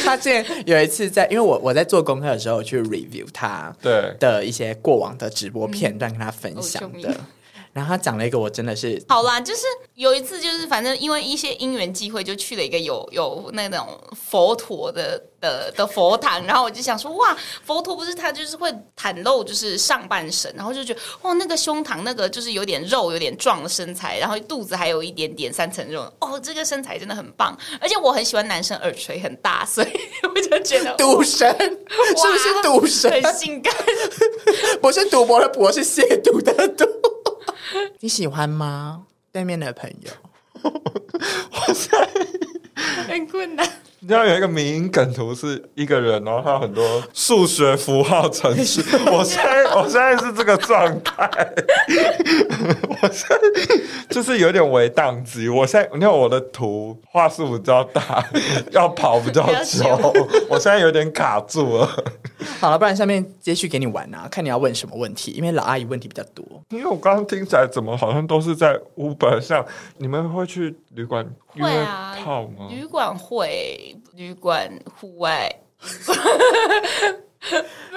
[SPEAKER 2] 他之前有一次在，因为我我在做功课的时候我去 review 他
[SPEAKER 1] 对
[SPEAKER 2] 的一些过往的直播片段，跟他分享
[SPEAKER 4] 哦救
[SPEAKER 2] 的
[SPEAKER 4] 命。
[SPEAKER 2] 然后他讲了一个我真的是
[SPEAKER 4] 好啦，就是有一次，就是反正因为一些因缘际会，就去了一个有有那种佛陀的的的佛堂，然后我就想说，哇，佛陀不是他就是会袒露就是上半身，然后就觉得哇，那个胸膛那个就是有点肉、有点壮的身材，然后肚子还有一点点三层肉，哦，这个身材真的很棒，而且我很喜欢男生耳垂很大，所以我就觉 得。
[SPEAKER 2] 赌神，是不是赌神？
[SPEAKER 4] 很性感，
[SPEAKER 2] 不是赌博的博，是亵渎的渎。 你喜欢吗？对面的朋友，
[SPEAKER 4] 很困难。
[SPEAKER 1] 你知道有一个迷因梗图是一个人，然后他有很多数学符号程式。我现在我现在是这个状态， 我现在就是有点为宕机。我现在你看我的图画素比较大，要跑比较久
[SPEAKER 4] 不要，
[SPEAKER 1] 我现在有点卡住了。
[SPEAKER 2] 好了，不然下面接续给你玩啊，看你要问什么问题，因为老阿姨问题比较多。
[SPEAKER 1] 因为我刚刚听起来怎么好像都是在 Uber 上，你们会去旅馆约
[SPEAKER 4] 会啊
[SPEAKER 1] 炮吗？
[SPEAKER 4] 旅馆会，旅馆户外啊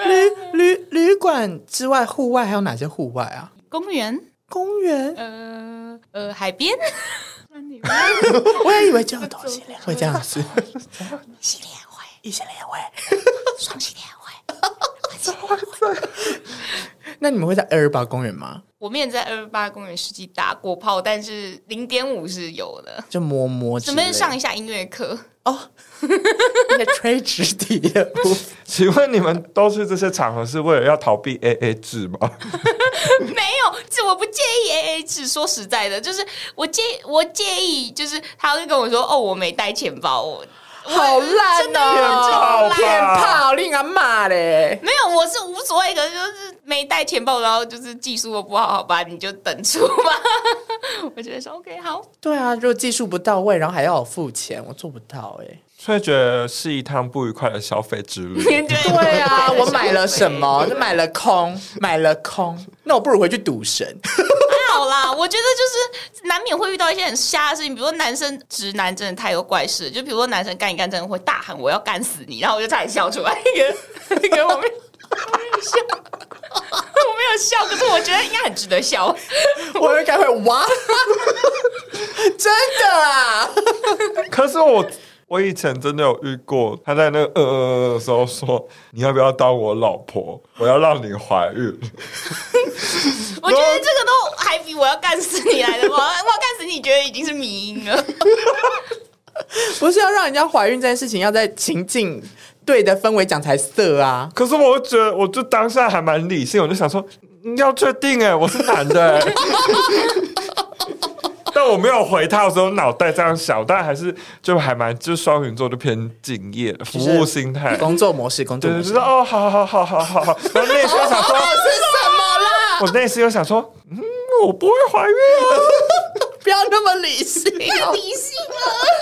[SPEAKER 2] 旅旅旅馆之外，户外还有哪些户外啊？
[SPEAKER 4] 公园，
[SPEAKER 2] 公园，
[SPEAKER 4] 呃呃，海边。
[SPEAKER 2] 我也以为只有同性恋 会这样子，
[SPEAKER 3] 洗脸会，
[SPEAKER 2] 异性恋 会。
[SPEAKER 3] 双洗脸会。
[SPEAKER 2] 那你们会在二二八公园吗？
[SPEAKER 4] 我们也在二八公园实际打过炮，但是零点五是有的。
[SPEAKER 2] 就摸摸之
[SPEAKER 4] 准
[SPEAKER 2] 类的，
[SPEAKER 4] 备上一下音乐课，
[SPEAKER 2] 那个吹直笛的部分
[SPEAKER 1] 请问你们都去这些场合是为了要逃避 AA 制吗？
[SPEAKER 4] 没有，这我不介意 A A 制。说实在的，就是我介我介意，就是他会跟我说：“哦，我没带钱包。”我
[SPEAKER 2] 好烂哦！
[SPEAKER 1] 真的
[SPEAKER 2] 骗
[SPEAKER 1] 很烂
[SPEAKER 2] 炮，令人骂嘞！
[SPEAKER 4] 没有，我是无所谓，可是就是没带钱包，然后就是技术不好，好吧，你就等出吧。 我觉得说 OK 好，
[SPEAKER 2] 对啊，如果技术不到位，然后还要我付钱，我做不到哎、
[SPEAKER 1] 所以觉得是一趟不愉快的消费之旅。
[SPEAKER 4] 对
[SPEAKER 2] 对啊，我买了什？ 么？就买了空，买了空。那我不如回去赌神。
[SPEAKER 4] 还好啦，我觉得就是难免会遇到一些很瞎的事情，比如说男生直男真的太多怪事，就比如说男生干一干真的会大喊我要干死你，然后我就差点笑出来，跟 跟我没有我没有笑，我没有笑，可是我觉得应该很值得笑。
[SPEAKER 2] 我应该会哇， 真的啊！
[SPEAKER 1] 可是我我以前真的有遇过，他在那个呃呃呃的时候说：“你要不要当我老婆？我要让你怀孕。
[SPEAKER 4] 我觉得这个都还比我要干死你来的，我要我要干死你，觉得已经是迷因了。
[SPEAKER 2] 不是要让人家怀孕这件事情，要在情境对的氛围讲才色啊”。
[SPEAKER 1] 可是我觉得，我就当下还蛮理性，我就想说：“你要确定哎、我是男的、欸。” 但我没有回他的时候，脑袋这样想，但还是就还蛮就双鱼座就偏敬业的服务心态。
[SPEAKER 2] 工作模式，工作
[SPEAKER 1] 对，
[SPEAKER 2] 模
[SPEAKER 1] 就
[SPEAKER 2] 式
[SPEAKER 1] 是哦，好好好好好 好，然后内心又想说，
[SPEAKER 2] 哦是什么啦？
[SPEAKER 1] 我内心又想说，嗯，我不会怀孕啊。
[SPEAKER 2] 不要那么理性，
[SPEAKER 4] 理性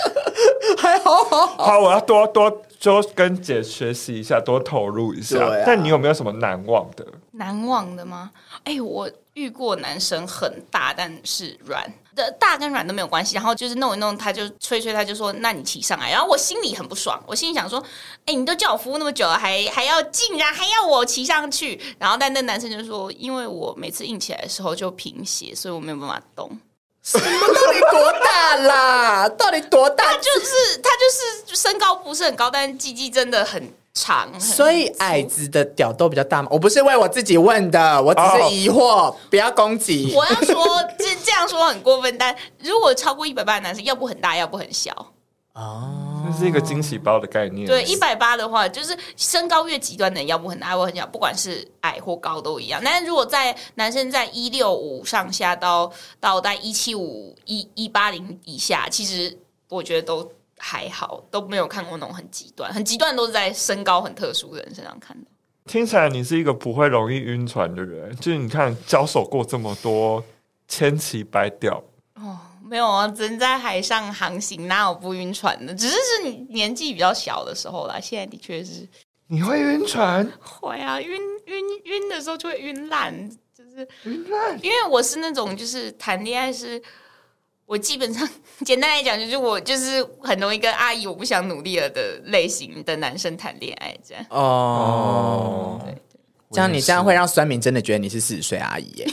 [SPEAKER 2] 还好好好。
[SPEAKER 1] 好，我要多多就跟姐学习一下，多投入一下。
[SPEAKER 2] 对啊
[SPEAKER 1] 但你有没有什么难忘的？
[SPEAKER 4] 难忘的吗？哎、我遇过男生很大，但是软的大跟软都没有关系。然后就是弄一弄，他就吹吹，他就说：“那你骑上来。”然后我心里很不爽，我心里想说：“哎、你都叫我服务那么久了，还还要竟然还要我骑上去？”然后但那男生就说：“因为我每次硬起来的时候就贫血，所以我没有办法动。”
[SPEAKER 2] 到底多大啦？到底多大
[SPEAKER 4] 他？就是他就是身高不是很高，但是鸡鸡真的很长，很
[SPEAKER 2] 所以矮子的屌都比较大吗？我不是为我自己问的，我只
[SPEAKER 1] 哦
[SPEAKER 2] 是疑惑，不要攻击。
[SPEAKER 4] 我要说，这这样说很过分，但如果超过一百八的男生，要不很大，要不很小。
[SPEAKER 2] 哦，
[SPEAKER 1] 这是一个惊喜包的概念。
[SPEAKER 4] 对，一百八的话，就是身高越极端的人，要不很矮，我很小，不管是矮或高都一样。但是如果在男生在一六五上下到到在一七五一一八零 以下，其实我觉得都还好，都没有看过那种很极端，很极端都是在身高很特殊的人身上看的。
[SPEAKER 1] 听起来你是一个不会容易晕船的人，就是你看交手过这么多千奇百调，
[SPEAKER 4] 哦，没有啊，人在海上航行哪有不晕船的？只是是你年纪比较小的时候啦，现在的确是
[SPEAKER 1] 你会晕船？
[SPEAKER 4] 会啊，晕晕晕的时候就会晕烂，就是。
[SPEAKER 1] 晕船？
[SPEAKER 4] 因为我是那种就是谈恋爱是，我基本上简单来讲就是我就是很容易跟阿姨我不想努力了的类型的男生谈恋爱这样。
[SPEAKER 2] 哦，
[SPEAKER 1] 哦，
[SPEAKER 2] 这样你这样会让酸民真的觉得你是四十岁阿姨耶？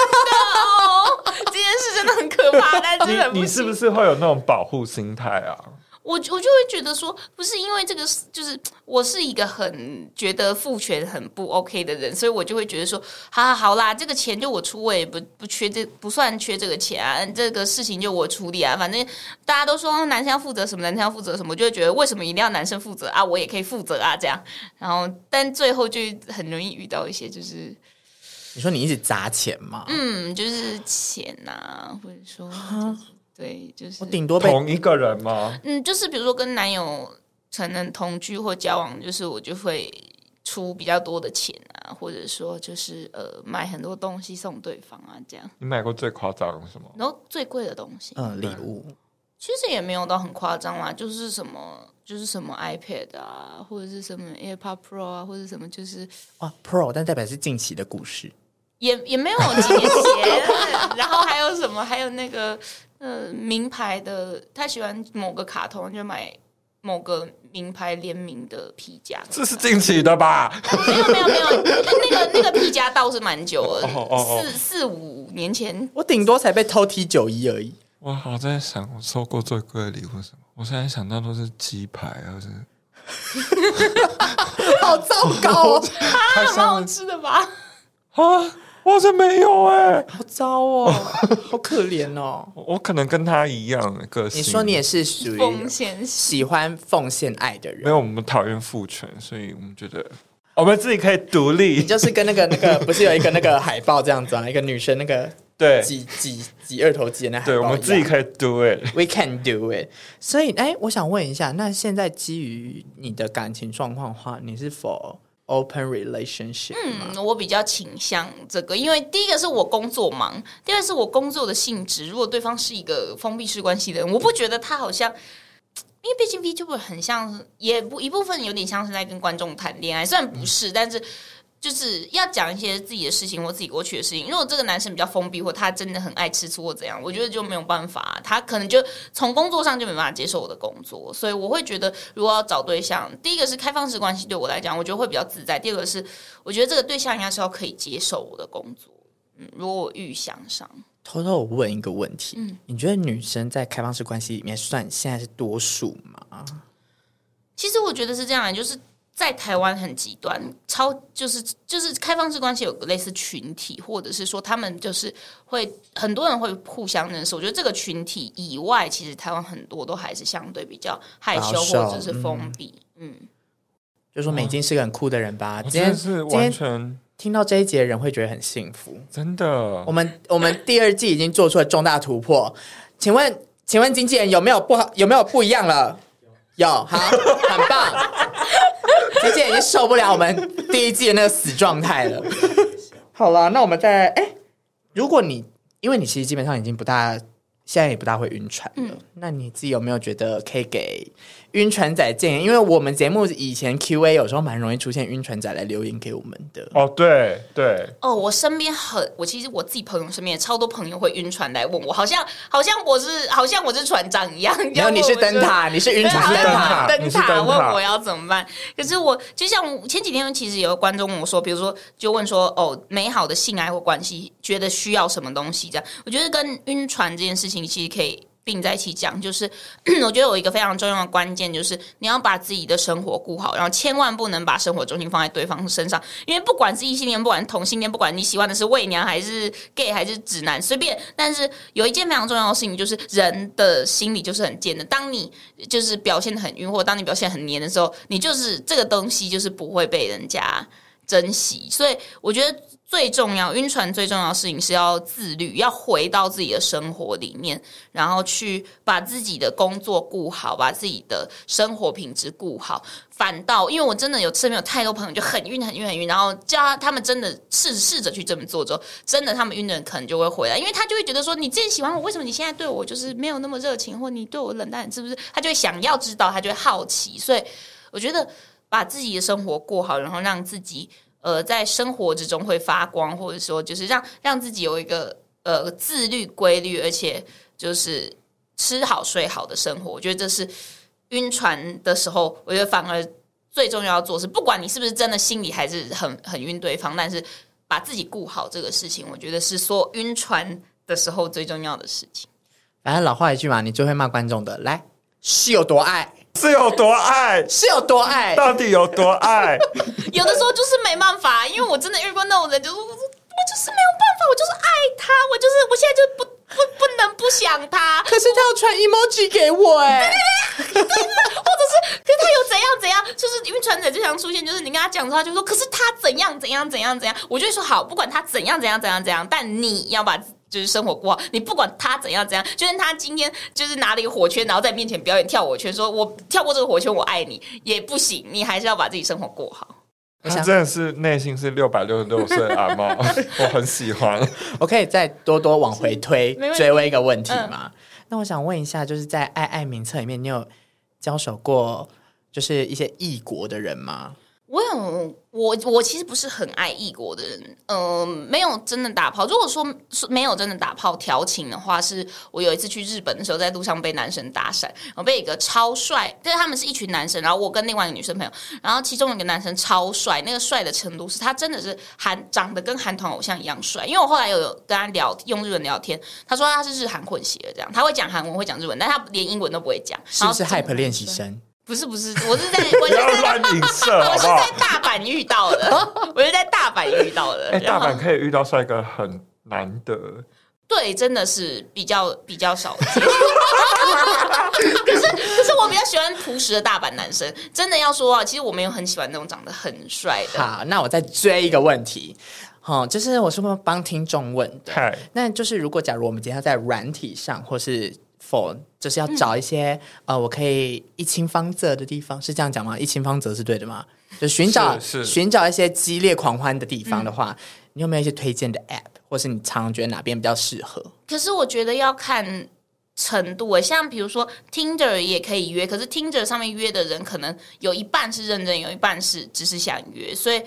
[SPEAKER 4] 哦，这件事真的很可怕，但真的很
[SPEAKER 1] 你你是不
[SPEAKER 4] 行
[SPEAKER 1] 是会有那种保护心态啊？
[SPEAKER 4] 我我就会觉得说，不是因为这个是，就是我是一个很觉得父权很不 OK 的人，所以我就会觉得说，好好好啦，这个钱就我出，我也不不缺这不算缺这个钱啊，这个事情就我处理啊，反正大家都说男生要负责什么，男生要负责什么，我就会觉得为什么一定要男生负责啊，我也可以负责啊，这样，然后但最后就很容易遇到一些就是
[SPEAKER 2] 你说你一直砸钱吗？
[SPEAKER 4] 嗯，就是钱啊，或者说就是对，就是
[SPEAKER 2] 我顶多被
[SPEAKER 1] 同一个人吗？
[SPEAKER 4] 嗯，就是比如说跟男友可能同居或交往，就是我就会出比较多的钱啊，或者说就是呃买很多东西送对方啊这样。
[SPEAKER 1] 你买过最夸张的是什么？
[SPEAKER 4] 然后最贵的东西，
[SPEAKER 2] 嗯礼物
[SPEAKER 4] 其实也没有到很夸张啦，就是什么就是什么 iPad 啊，或者是什么 AirPod Pro 啊，或者什么就是
[SPEAKER 2] 哇 Pro，但代啊表是近期的故事。
[SPEAKER 4] 也也 没有几年前，然后还有什么？还有那个呃，名牌的，他喜欢某个卡通，就买某个名牌联名的皮夹。
[SPEAKER 1] 这是近期的吧？
[SPEAKER 4] 没有没有没有，那个那个皮夹倒是蛮久了
[SPEAKER 1] 哦哦，哦
[SPEAKER 4] 四四五年前。
[SPEAKER 2] 我顶多才被偷 T 九一而已。
[SPEAKER 1] 我好在想，我收过最贵的礼物是什么？我现在想到都是鸡排，啊或是
[SPEAKER 2] 好糟 糕哦，
[SPEAKER 1] 还
[SPEAKER 4] 蛮好
[SPEAKER 1] 上
[SPEAKER 4] 吃的吧？
[SPEAKER 1] 啊，我是没有哎、
[SPEAKER 2] 好糟哦，好可怜 哦。
[SPEAKER 1] 我我可能跟他一样的个性。
[SPEAKER 2] 你说你也是属于
[SPEAKER 4] 奉献是
[SPEAKER 2] 喜欢奉献爱的
[SPEAKER 1] 没
[SPEAKER 2] 人，
[SPEAKER 1] 有，我们讨厌父权，所以我们觉得哦我们自己可以独立
[SPEAKER 2] 你。就是跟那个那个不是有一个那个海报这样子啊，一个女生那个
[SPEAKER 1] 对
[SPEAKER 2] 挤挤挤二头肌的那海报一
[SPEAKER 1] 对，
[SPEAKER 2] 样，
[SPEAKER 1] 我们自己可以 do it。
[SPEAKER 2] We can do it。所以，哎，我想问一下，那现在基于你的感情状况的话，你是否 open relationship 吗？
[SPEAKER 4] 嗯，我比较倾向这个，因为第一个是我工作忙，第二是我工作的性质。如果对方是一个封闭式关系的人，我不觉得他好像，因为毕竟 VTuber 很像是，也不一部分有点像是在跟观众谈恋爱，虽然不是，但是。就是要讲一些自己的事情或自己过去的事情。如果这个男生比较封闭，或他真的很爱吃醋或怎样，我觉得就没有办法，他可能就从工作上就没办法接受我的工作。所以我会觉得，如果要找对象，第一个是开放式关系对我来讲，我觉得会比较自在；第二个是我觉得这个对象应该是要可以接受我的工作。嗯，如果我预想上，
[SPEAKER 2] 偷偷我问一个问题，你觉得女生在开放式关系里面算现在是多数吗？
[SPEAKER 4] 其实我觉得是这样，就是在台湾很极端，超就是就是开放式关系有个类似群体，或者是说他们就是会很多人会互相认识。我觉得这个群体以外，其实台湾很多都还是相对比较害羞
[SPEAKER 2] 保守
[SPEAKER 4] 或者是封闭。嗯，
[SPEAKER 2] 就说美金是个很酷的人吧？
[SPEAKER 1] 我真
[SPEAKER 2] 今天
[SPEAKER 1] 的是
[SPEAKER 2] 今
[SPEAKER 1] 完
[SPEAKER 2] 天
[SPEAKER 1] 全
[SPEAKER 2] 听到这一节的人会觉得很幸福。
[SPEAKER 1] 真的
[SPEAKER 2] 我，们我们第二季已经做出了重大突破，请问请问经纪人有没有不好有没有不一样了？有，好，很棒。经纪人已经受不了我们第一季的那个死状态了。好了，那我们再哎、如果你因为你其实基本上已经不大，现在也不大会晕船了，那你自己有没有觉得可以给晕船仔建议？因为我们节目以前 Q&A 有时候蛮容易出现晕船仔来留言给我们的。
[SPEAKER 1] 哦，对对，
[SPEAKER 4] 哦，我身边很，我其实我自己朋友身边也超多朋友会晕船来问我，好像好像我是好像我是船长一样。
[SPEAKER 2] 然后你是
[SPEAKER 4] 要问我
[SPEAKER 2] 灯
[SPEAKER 4] 说
[SPEAKER 2] 塔，你是晕船
[SPEAKER 1] 你是
[SPEAKER 2] 灯
[SPEAKER 1] 灯
[SPEAKER 2] 塔
[SPEAKER 1] 塔。
[SPEAKER 4] 灯
[SPEAKER 1] 啊你是灯塔
[SPEAKER 4] 问我要怎么办？可是我就像前几天，其实有观众问我说，比如说就问说，哦，美好的性爱或关系，觉得需要什么东西？这样，我觉得跟晕船这件事情其实可以。并在一起讲，就是 我觉得有一个非常重要的关键，就是你要把自己的生活顾好，然后千万不能把生活重心放在对方身上，因为不管是异性恋，不管是同性恋，不管你喜欢的是伪娘还是 gay 还是直男，随便。但是有一件非常重要的事情，就是人的心理就是很贱的。当你就是表现的很晕，或当你表现得很黏的时候，你就是这个东西就是不会被人家珍惜。所以我觉得最重要，晕船最重要的事情是要自律，要回到自己的生活里面，然后去把自己的工作顾好，把自己的生活品质顾好。反倒，因为我真的有身边有太多朋友就很晕、很晕、很晕，然后叫他他们真的试试着去这么做之后，真的他们晕的人可能就会回来，因为他就会觉得说，你之前喜欢我，为什么你现在对我就是没有那么热情，或你对我冷淡，是不是？他就会想要知道，他就会好奇，所以我觉得把自己的生活过好，然后让自己呃在生活之中会发光，或者说就是让让自己有一个呃自律、规律，而且就是吃好睡好的生活，我觉得这是晕船的时候，我觉得反而最重要要做的是，不管你是不是真的心里还是很很晕对方，但是把自己顾好这个事情，我觉得是说晕船的时候最重要的事情。
[SPEAKER 2] 反正老话一句嘛，你最会骂观众的，来是有多爱，
[SPEAKER 1] 是有多爱？
[SPEAKER 2] 是有多爱，
[SPEAKER 1] 到底有多爱？
[SPEAKER 4] 有的时候就是没办法，因为我真的遇过那种人，就是我我就是没有办法，我就是爱他，我就是我现在就不不不能不想他，
[SPEAKER 2] 可是他要传 emoji 给我哎、
[SPEAKER 4] 或者是，可是他有怎样怎样，就是晕船仔最常出现，就是你跟他讲之后，他就说，可是他怎样怎样怎样怎样，我就会说好，不管他怎样怎样怎样怎样，但你要把。就是生活过好，你不管他怎样怎样，就算他今天就是拿了一个火圈，然后在你面前表演跳火圈，说我跳过这个火圈，我爱你也不行，你还是要把自己生活过好。
[SPEAKER 2] 我
[SPEAKER 1] 他
[SPEAKER 2] 想
[SPEAKER 1] 真的是内心是六百六十六岁的阿 猫，我很喜欢。
[SPEAKER 2] 我可以再多多往回 推
[SPEAKER 4] 没问，题
[SPEAKER 2] 追问一个问题嗯吗？那我想问一下，就是在爱爱名册里面，你有交手过就是一些异国的人吗？
[SPEAKER 4] 我有我我其实不是很爱异国的人，呃，没有真的打炮。如果说说没有真的打炮调情的话，是我有一次去日本的时候，在路上被男生搭讪，然后被一个超帅，就是他们是一群男生，然后我跟另外一个女生朋友，然后其中有一个男生超帅，那个帅的程度是他真的是韩长得跟韩团偶像一样帅。因为我后来有跟他聊用日文聊天，他说他是日韩混血的这样，他会讲韩文，会讲日文，但他连英文都不会讲。
[SPEAKER 2] 是不是
[SPEAKER 4] 然后
[SPEAKER 2] Hype 练习生？
[SPEAKER 4] 不是不是，我是在我
[SPEAKER 1] 不
[SPEAKER 4] 是
[SPEAKER 1] 要
[SPEAKER 4] 在
[SPEAKER 1] 乱影射好
[SPEAKER 4] 我是
[SPEAKER 1] 不好
[SPEAKER 4] 在？大阪遇到的， 我是在大阪遇到的。
[SPEAKER 1] 哎、
[SPEAKER 4] 然
[SPEAKER 1] 大
[SPEAKER 4] 后
[SPEAKER 1] 阪可以遇到帅哥很难得。
[SPEAKER 4] 对，真的是比较比较少见。 可是可是我比较喜欢朴实的大阪男生。真的要说啊，其实我没有很喜欢那种长得很帅的。
[SPEAKER 2] 好，那我再追一个问题，好、就是我是不是帮听众问的？
[SPEAKER 1] 嗨，
[SPEAKER 2] 那就是如果假如我们今天要在软体上，或是 phone，就是要找一些、呃，我可以一清方泽的地方，是这样讲吗？一清方泽是对的吗？就寻找
[SPEAKER 1] 是是
[SPEAKER 2] 寻找一些激烈狂欢的地方的话，你有没有一些推荐的 app，或是你常常觉得哪边比较适合？
[SPEAKER 4] 可是我觉得要看程度诶，像比如说 Tinder 也可以约，可是 Tinder 上面约的人可能有一半是认真，有一半是只是想约，所以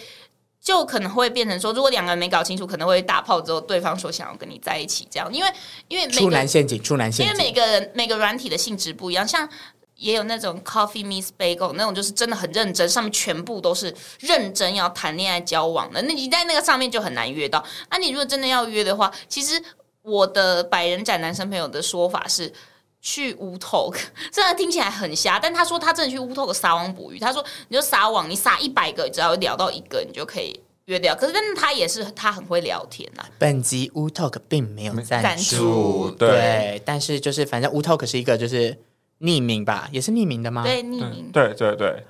[SPEAKER 4] 就可能会变成说，如果两个人没搞清楚，可能会打炮之后，对方说想要跟你在一起这样，因为因为每
[SPEAKER 2] 处
[SPEAKER 4] 个
[SPEAKER 2] 男陷阱，处男陷
[SPEAKER 4] 因为每
[SPEAKER 2] 阱。
[SPEAKER 4] 个人每个软体的性质不一样，像也有那种 Coffee Miss Bagel 那种，就是真的很认真，上面全部都是认真要谈恋爱交往的。那你在那个上面就很难约到。那、啊你如果真的要约的话，其实我的百人斩男生朋友的说法是。去乌 talk，虽 然听起来很瞎，但他说他真的去乌 talk 撒网捕鱼。他说你就撒网，你撒一百个，只要聊到一个，你就可以约掉。可是，但是他也是他很会聊天啊呐、
[SPEAKER 2] 本集 U Talk 并没有赞
[SPEAKER 4] 赞
[SPEAKER 2] 助
[SPEAKER 4] 助，
[SPEAKER 1] 对
[SPEAKER 2] 对，但是就是反正 U Talk 是一个就是匿名吧，也是匿名的吗？
[SPEAKER 4] 对，匿名。
[SPEAKER 1] 啊对对对，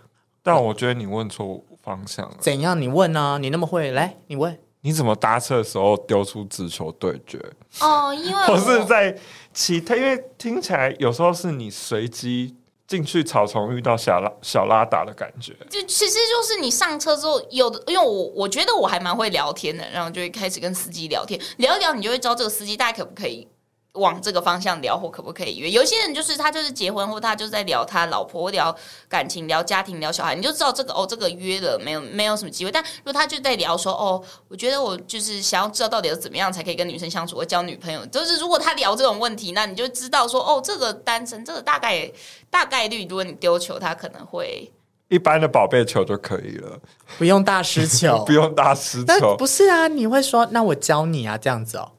[SPEAKER 1] 但我觉得你问错方向了。
[SPEAKER 2] 怎样？你问呢、你那么会，来你问。
[SPEAKER 1] 你怎么搭车的时候丢出直球对决？
[SPEAKER 4] 哦，因为
[SPEAKER 1] 我是在其他，因为听起来有时候是你随机进去草丛遇到小拉小拉达的感觉。
[SPEAKER 4] 就其实就是你上车之后，有的因为我我觉得我还蛮会聊天的，然后就会开始跟司机聊天，聊一聊，你就会知道这个司机大概可不可以往这个方向聊，或可不可以约。有一些人就是他就是结婚，或他就是在聊他老婆、聊感情、聊家庭、聊小孩，你就知道这个哦，这个约了没有没有什么机会。但如果他就在聊说哦，我觉得我就是想要知道到底要怎么样才可以跟女生相处，我交女朋友，就是如果他聊这种问题，那你就知道说哦，这个单身，这个大概大概率，如果你丢球，他可能会。
[SPEAKER 1] 一般的宝贝球就可以了，
[SPEAKER 2] 不用大师球
[SPEAKER 1] 不，用搭石
[SPEAKER 2] 那
[SPEAKER 1] 球
[SPEAKER 2] 不。是啊？你会说那我教你啊，这样子哦。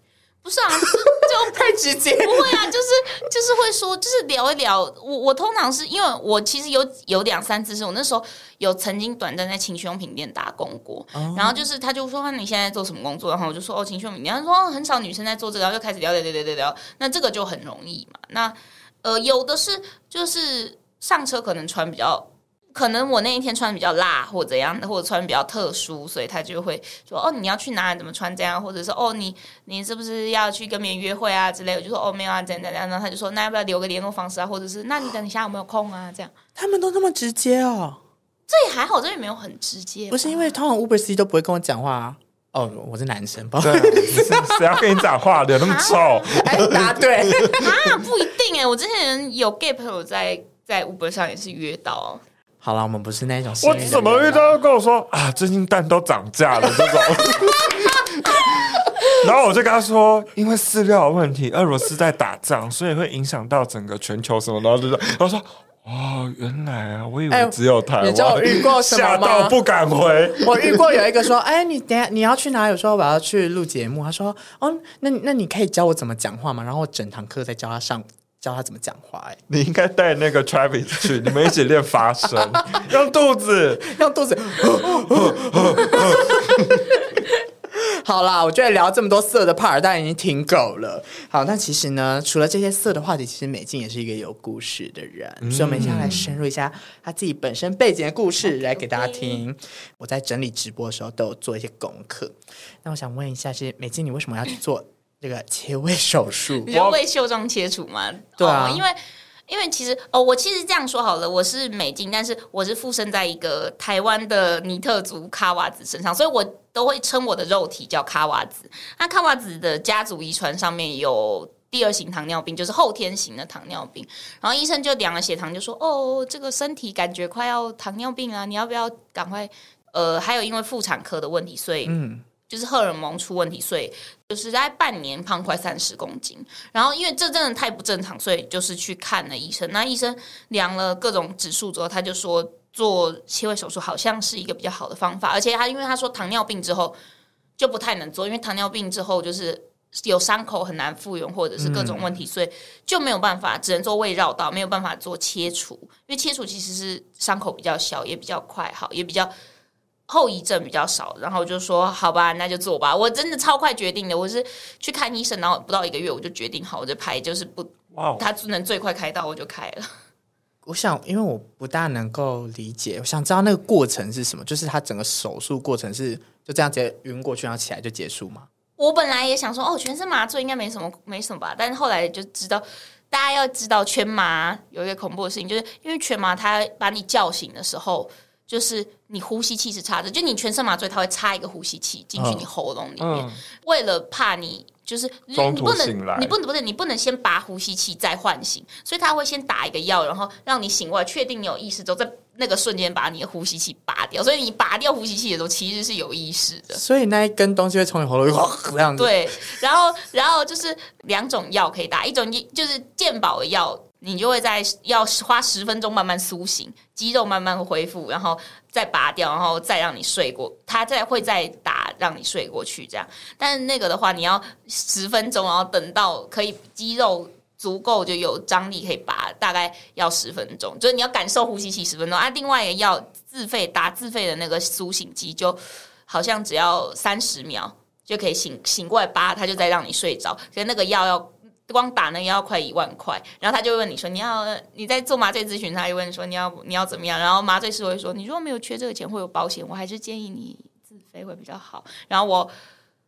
[SPEAKER 4] 不是啊，就
[SPEAKER 2] 太直接。
[SPEAKER 4] 不会啊，就是就是会说，就是聊一聊。我我通常是因为我其实有有两三次是我那时候有曾经短暂在情趣用品店打工过，然后就是他就说那你现在做什么工作？然后我就说哦情趣用品店，他说、哦、很少女生在做这个，然后就开始聊聊聊聊聊聊。那这个就很容易嘛。那呃有的是就是上车可能穿比较。可能我那一天穿比较辣，或怎样，或者穿比较特殊，所以他就会说：“哦，你要去哪里？怎么穿这样？”或者是“哦，你你是不是要去跟别人约会啊之类的？我就说哦没有啊，这样这样，然后他就说那要不要留个联络方式啊，或者是那你等一下有没有空啊？这样
[SPEAKER 2] 他们都那么直接哦，
[SPEAKER 4] 这也还好，这也没有很直接吧，
[SPEAKER 2] 不是因为通常 Uber C 都不会跟我讲话啊。哦，我是男生，不好
[SPEAKER 1] 对
[SPEAKER 2] 意
[SPEAKER 1] 啊，
[SPEAKER 2] 思。
[SPEAKER 1] 你是谁要跟你讲话？脸那么臭，
[SPEAKER 2] 哎，答对，
[SPEAKER 4] 啊，不一定哎、我之前有 gay 朋友在在 Uber 上也是约到，
[SPEAKER 2] 好了，我们不是那种幸
[SPEAKER 1] 我
[SPEAKER 2] 运的
[SPEAKER 1] 怎么
[SPEAKER 2] 人
[SPEAKER 1] 遇
[SPEAKER 2] 啦？
[SPEAKER 1] 到跟我说啊，最近蛋都涨价了这种。 然后我就跟他说，因为饲料的问题，俄罗斯在打仗，所以会影响到整个全球什么。然后就说，他说：“哦，原来啊，我以
[SPEAKER 2] 哎
[SPEAKER 1] 为只有台湾。
[SPEAKER 2] 你知道我遇 过什么
[SPEAKER 1] 吓
[SPEAKER 2] 吗
[SPEAKER 1] 到不敢回。
[SPEAKER 2] 我遇过有一个说，哎，你等一下你要去哪？有时候我要去录节目，他说，哦，那那你可以教我怎么讲话吗？然后我整堂课在教他上教他怎么讲话、哎，
[SPEAKER 1] 你应该带那个 Travis 去，你们一起练发声， 用肚子。
[SPEAKER 2] 让肚子。好啦，我觉得聊这么多色的 part，大家已经听够了。好，那其实呢，除了这些色的话题，其实美静也是一个有故事的人，所以我们接下来深入一下她自己本身背景的故事来给大家听。我在整理直播的时候都有做一些功课，那我想问一下，是美静，你为什么要去做这个切胃手术
[SPEAKER 4] 你？就为袖状切除吗？
[SPEAKER 2] 对啊
[SPEAKER 4] 哦因为因为其实哦，我其实这样说好了，我是美金，但是我是附身在一个台湾的尼特族卡瓦子身上，所以我都会称我的肉体叫卡瓦子。那卡瓦子的家族遗传上面有。第二型糖尿病就是后天型的糖尿病，然后医生就量了血糖，就说：“哦，这个身体感觉快要糖尿病啊，你要不要赶快？”呃，还有因为妇产科的问题，所以
[SPEAKER 2] 嗯，
[SPEAKER 4] 就是荷尔蒙出问题，所以就是在半年胖快三十公斤。然后因为这真的太不正常，所以就是去看了医生。那医生量了各种指数之后，他就说做切胃手术好像是一个比较好的方法，而且他因为他说糖尿病之后就不太能做，因为糖尿病之后就是。有伤口很难复原，或者是各种问
[SPEAKER 1] 嗯
[SPEAKER 4] 题，所以就没有办法，只能做胃绕道，没有办法做切除，因为切除其实是伤口比较小，也比较快好，也比较后遗症比较少，然后我就说好吧，那就做吧。我真的超快决定的，我是去看医生，然后不到一个月我就决定好，我就拍，就是不，
[SPEAKER 1] 哇哦，
[SPEAKER 4] 他能最快开刀我就开了。
[SPEAKER 2] 我想，因为我不大能够理解，我想知道那个过程是什么，就是他整个手术过程是就这样直接晕过去，然后起来就结束吗？
[SPEAKER 4] 我本来也想说哦，全身麻醉应该没什么没什么吧，但是后来就知道。大家要知道，全麻有一个恐怖的事情，就是因为全麻它把你叫醒的时候，就是你呼吸器是插着，就你全身麻醉，它会插一个呼吸器进去
[SPEAKER 2] 嗯
[SPEAKER 4] 你喉咙里面。
[SPEAKER 1] 嗯，
[SPEAKER 4] 为了怕你就是你
[SPEAKER 1] 中
[SPEAKER 4] 你
[SPEAKER 1] 途
[SPEAKER 4] 不
[SPEAKER 1] 醒来
[SPEAKER 4] 能，你不能不是你不能先拔呼吸器再唤醒，所以他会先打一个药，然后让你醒过来，确定你有意识之后，在那个瞬间把你的呼吸器拔掉。所以你拔掉呼吸器的时候，其实是有意识的。
[SPEAKER 2] 所以那一根东西会从你喉咙哗这样子。，
[SPEAKER 4] 对，然后然后就是两种药可以打，一种就是健保的药，你就会在要花十分钟慢慢苏醒，肌肉慢慢恢复，然后再拔掉，然后再让你睡过，它再会再打让你睡过去这样。但是那个的话，你要十分钟，然后等到可以肌肉。足够就有张力可以拔，大概要十分钟，就是你要感受呼吸器十分钟啊。另外一个要自费打自费的那个苏醒机，就好像只要三十秒，就可以醒醒过来拔，他就再让你睡着。可是那个药要光打那个药要快一万块，然后他就会问你说你要你在做麻醉咨询，他就问你说你要你要怎么样，然后麻醉师会说你如果没有缺这个钱会有保险，我还是建议你自费会比较好。然后我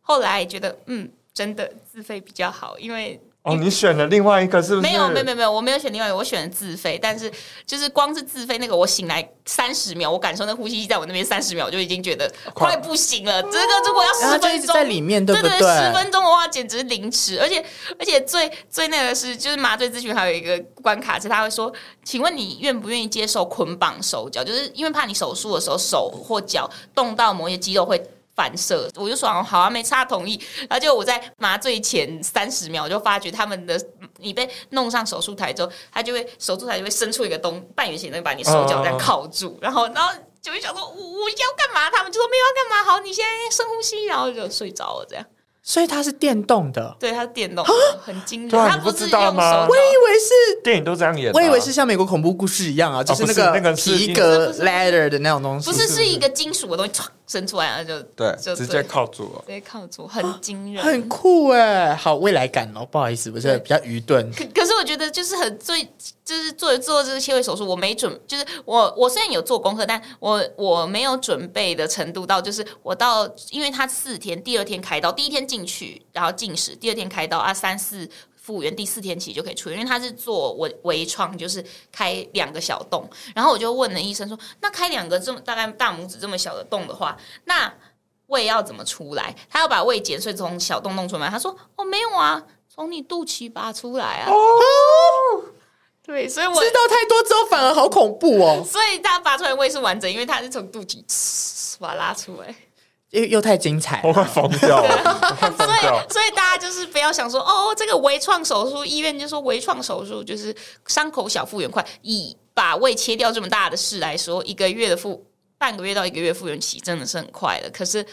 [SPEAKER 4] 后来觉得嗯，真的自费比较好，因为
[SPEAKER 1] 哦，你选了另外一个是不是？
[SPEAKER 4] 没有，没有，没有，没有，我没有选另外一个，我选了自费。但是就是光是自费那个，我醒来三十秒，我感受那呼吸器在我那边三十秒，我就已经觉得
[SPEAKER 1] 快
[SPEAKER 4] 快不行了。这个如果要
[SPEAKER 2] 然后
[SPEAKER 4] 十
[SPEAKER 2] 就
[SPEAKER 4] 分
[SPEAKER 2] 一直
[SPEAKER 4] 钟
[SPEAKER 2] 在里面，对
[SPEAKER 4] 对
[SPEAKER 2] 不对？
[SPEAKER 4] 十分钟的话简直凌迟，而且而且最最那个是，就是麻醉咨询还有一个关卡是，他会说，请问你愿不愿意接受捆绑手脚？就是因为怕你手术的时候手或脚动到某些肌肉会。反射，我就说哦好啊，没差，同意。然后就我在麻醉前三十秒，我就发觉他们的你被弄上手术台之后，他就会手术台就会伸出一个东半圆形，那个把你手脚这样铐住，然后然后就会想说我我要干嘛？他们就说没有要干嘛，好，你现在深呼吸，然后就睡着了这样。
[SPEAKER 2] 所以它是电动的。
[SPEAKER 4] 对，它是电动，很惊人。
[SPEAKER 1] 对啊
[SPEAKER 4] 它
[SPEAKER 1] 你不
[SPEAKER 4] 是
[SPEAKER 1] 知道
[SPEAKER 4] 用
[SPEAKER 1] 吗
[SPEAKER 4] 手
[SPEAKER 1] 我
[SPEAKER 2] 我以为是，
[SPEAKER 1] 电影都这样演啊、
[SPEAKER 2] 我以为是像美国恐怖故事一样啊，就是
[SPEAKER 1] 哦不
[SPEAKER 2] 那
[SPEAKER 1] 是那
[SPEAKER 2] 个
[SPEAKER 1] 个是
[SPEAKER 2] 皮革 ladder 的那种东西。
[SPEAKER 4] 不是是一个金属的东西唰伸出来，然后就
[SPEAKER 1] 对
[SPEAKER 4] 就，
[SPEAKER 1] 直
[SPEAKER 4] 对
[SPEAKER 1] 接靠住了
[SPEAKER 4] 直。接靠住，很惊人，
[SPEAKER 2] 很酷哎，好未来感哦，不好意思，我是比较愚钝。
[SPEAKER 4] 可可是我觉得就是很最就是做做这个切胃手术，我没准就是我我虽然有做功课，但我我没有准备的程度到就是我到因为他四天，第二天开刀，第一天进去然后进食，第二天开刀啊三四。复原第四天起就可以出院，因为他是做微微创，就是开两个小洞。然后我就问了医生说：“那开两个这么大概大拇指这么小的洞的话，那胃要怎么出来？他要把胃剪碎从小洞弄出来。他说：“哦，没有啊，从你肚脐拔出来啊。”对，所以我
[SPEAKER 2] 知道太多之后反而好恐怖哦，
[SPEAKER 4] 所以他拔出来的胃是完整，因为他是从肚脐嘶把它拉出来。
[SPEAKER 2] 又又太精彩
[SPEAKER 1] 我
[SPEAKER 2] 了。
[SPEAKER 1] 快疯掉了，我快疯
[SPEAKER 4] 所以
[SPEAKER 1] 掉了，。
[SPEAKER 4] 所以大家就是不要想说哦，这个微创手术，医院就说微创手术就是伤口小复原快，以把胃切掉这么大的事来说，一个月的复半个月到一个月复原期真的是很快的。可是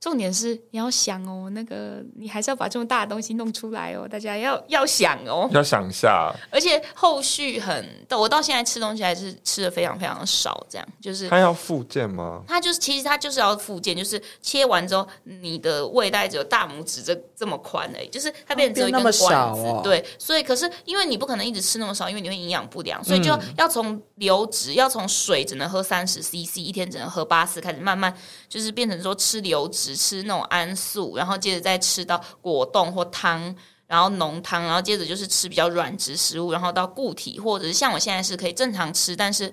[SPEAKER 4] 重点是你要想哦，那个你还是要把这么大的东西弄出来哦，大家要要想哦。
[SPEAKER 1] 要想一下，
[SPEAKER 4] 而且后续很，我到现在吃东西还是吃的非常非常少，这样就是
[SPEAKER 1] 他要复健吗？
[SPEAKER 2] 嗯
[SPEAKER 4] 它就是其实它就是要附件，就是切完之后，你的胃袋只有大拇指这这么宽而已，就是它变成只有一根
[SPEAKER 2] 变那么
[SPEAKER 4] 管子。
[SPEAKER 2] 少哦
[SPEAKER 4] 对，所以可是因为你不可能一直吃那么少，因为你会营养不良，所以就要从流质，要从水只能喝三十 CC，一天只能喝八次，开始慢慢就是变成说吃流质，吃那种氨素，然后接着再吃到果冻或汤。然后浓汤，然后接着就是吃比较软质食物，然后到固体，或者是像我现在是可以正常吃，但是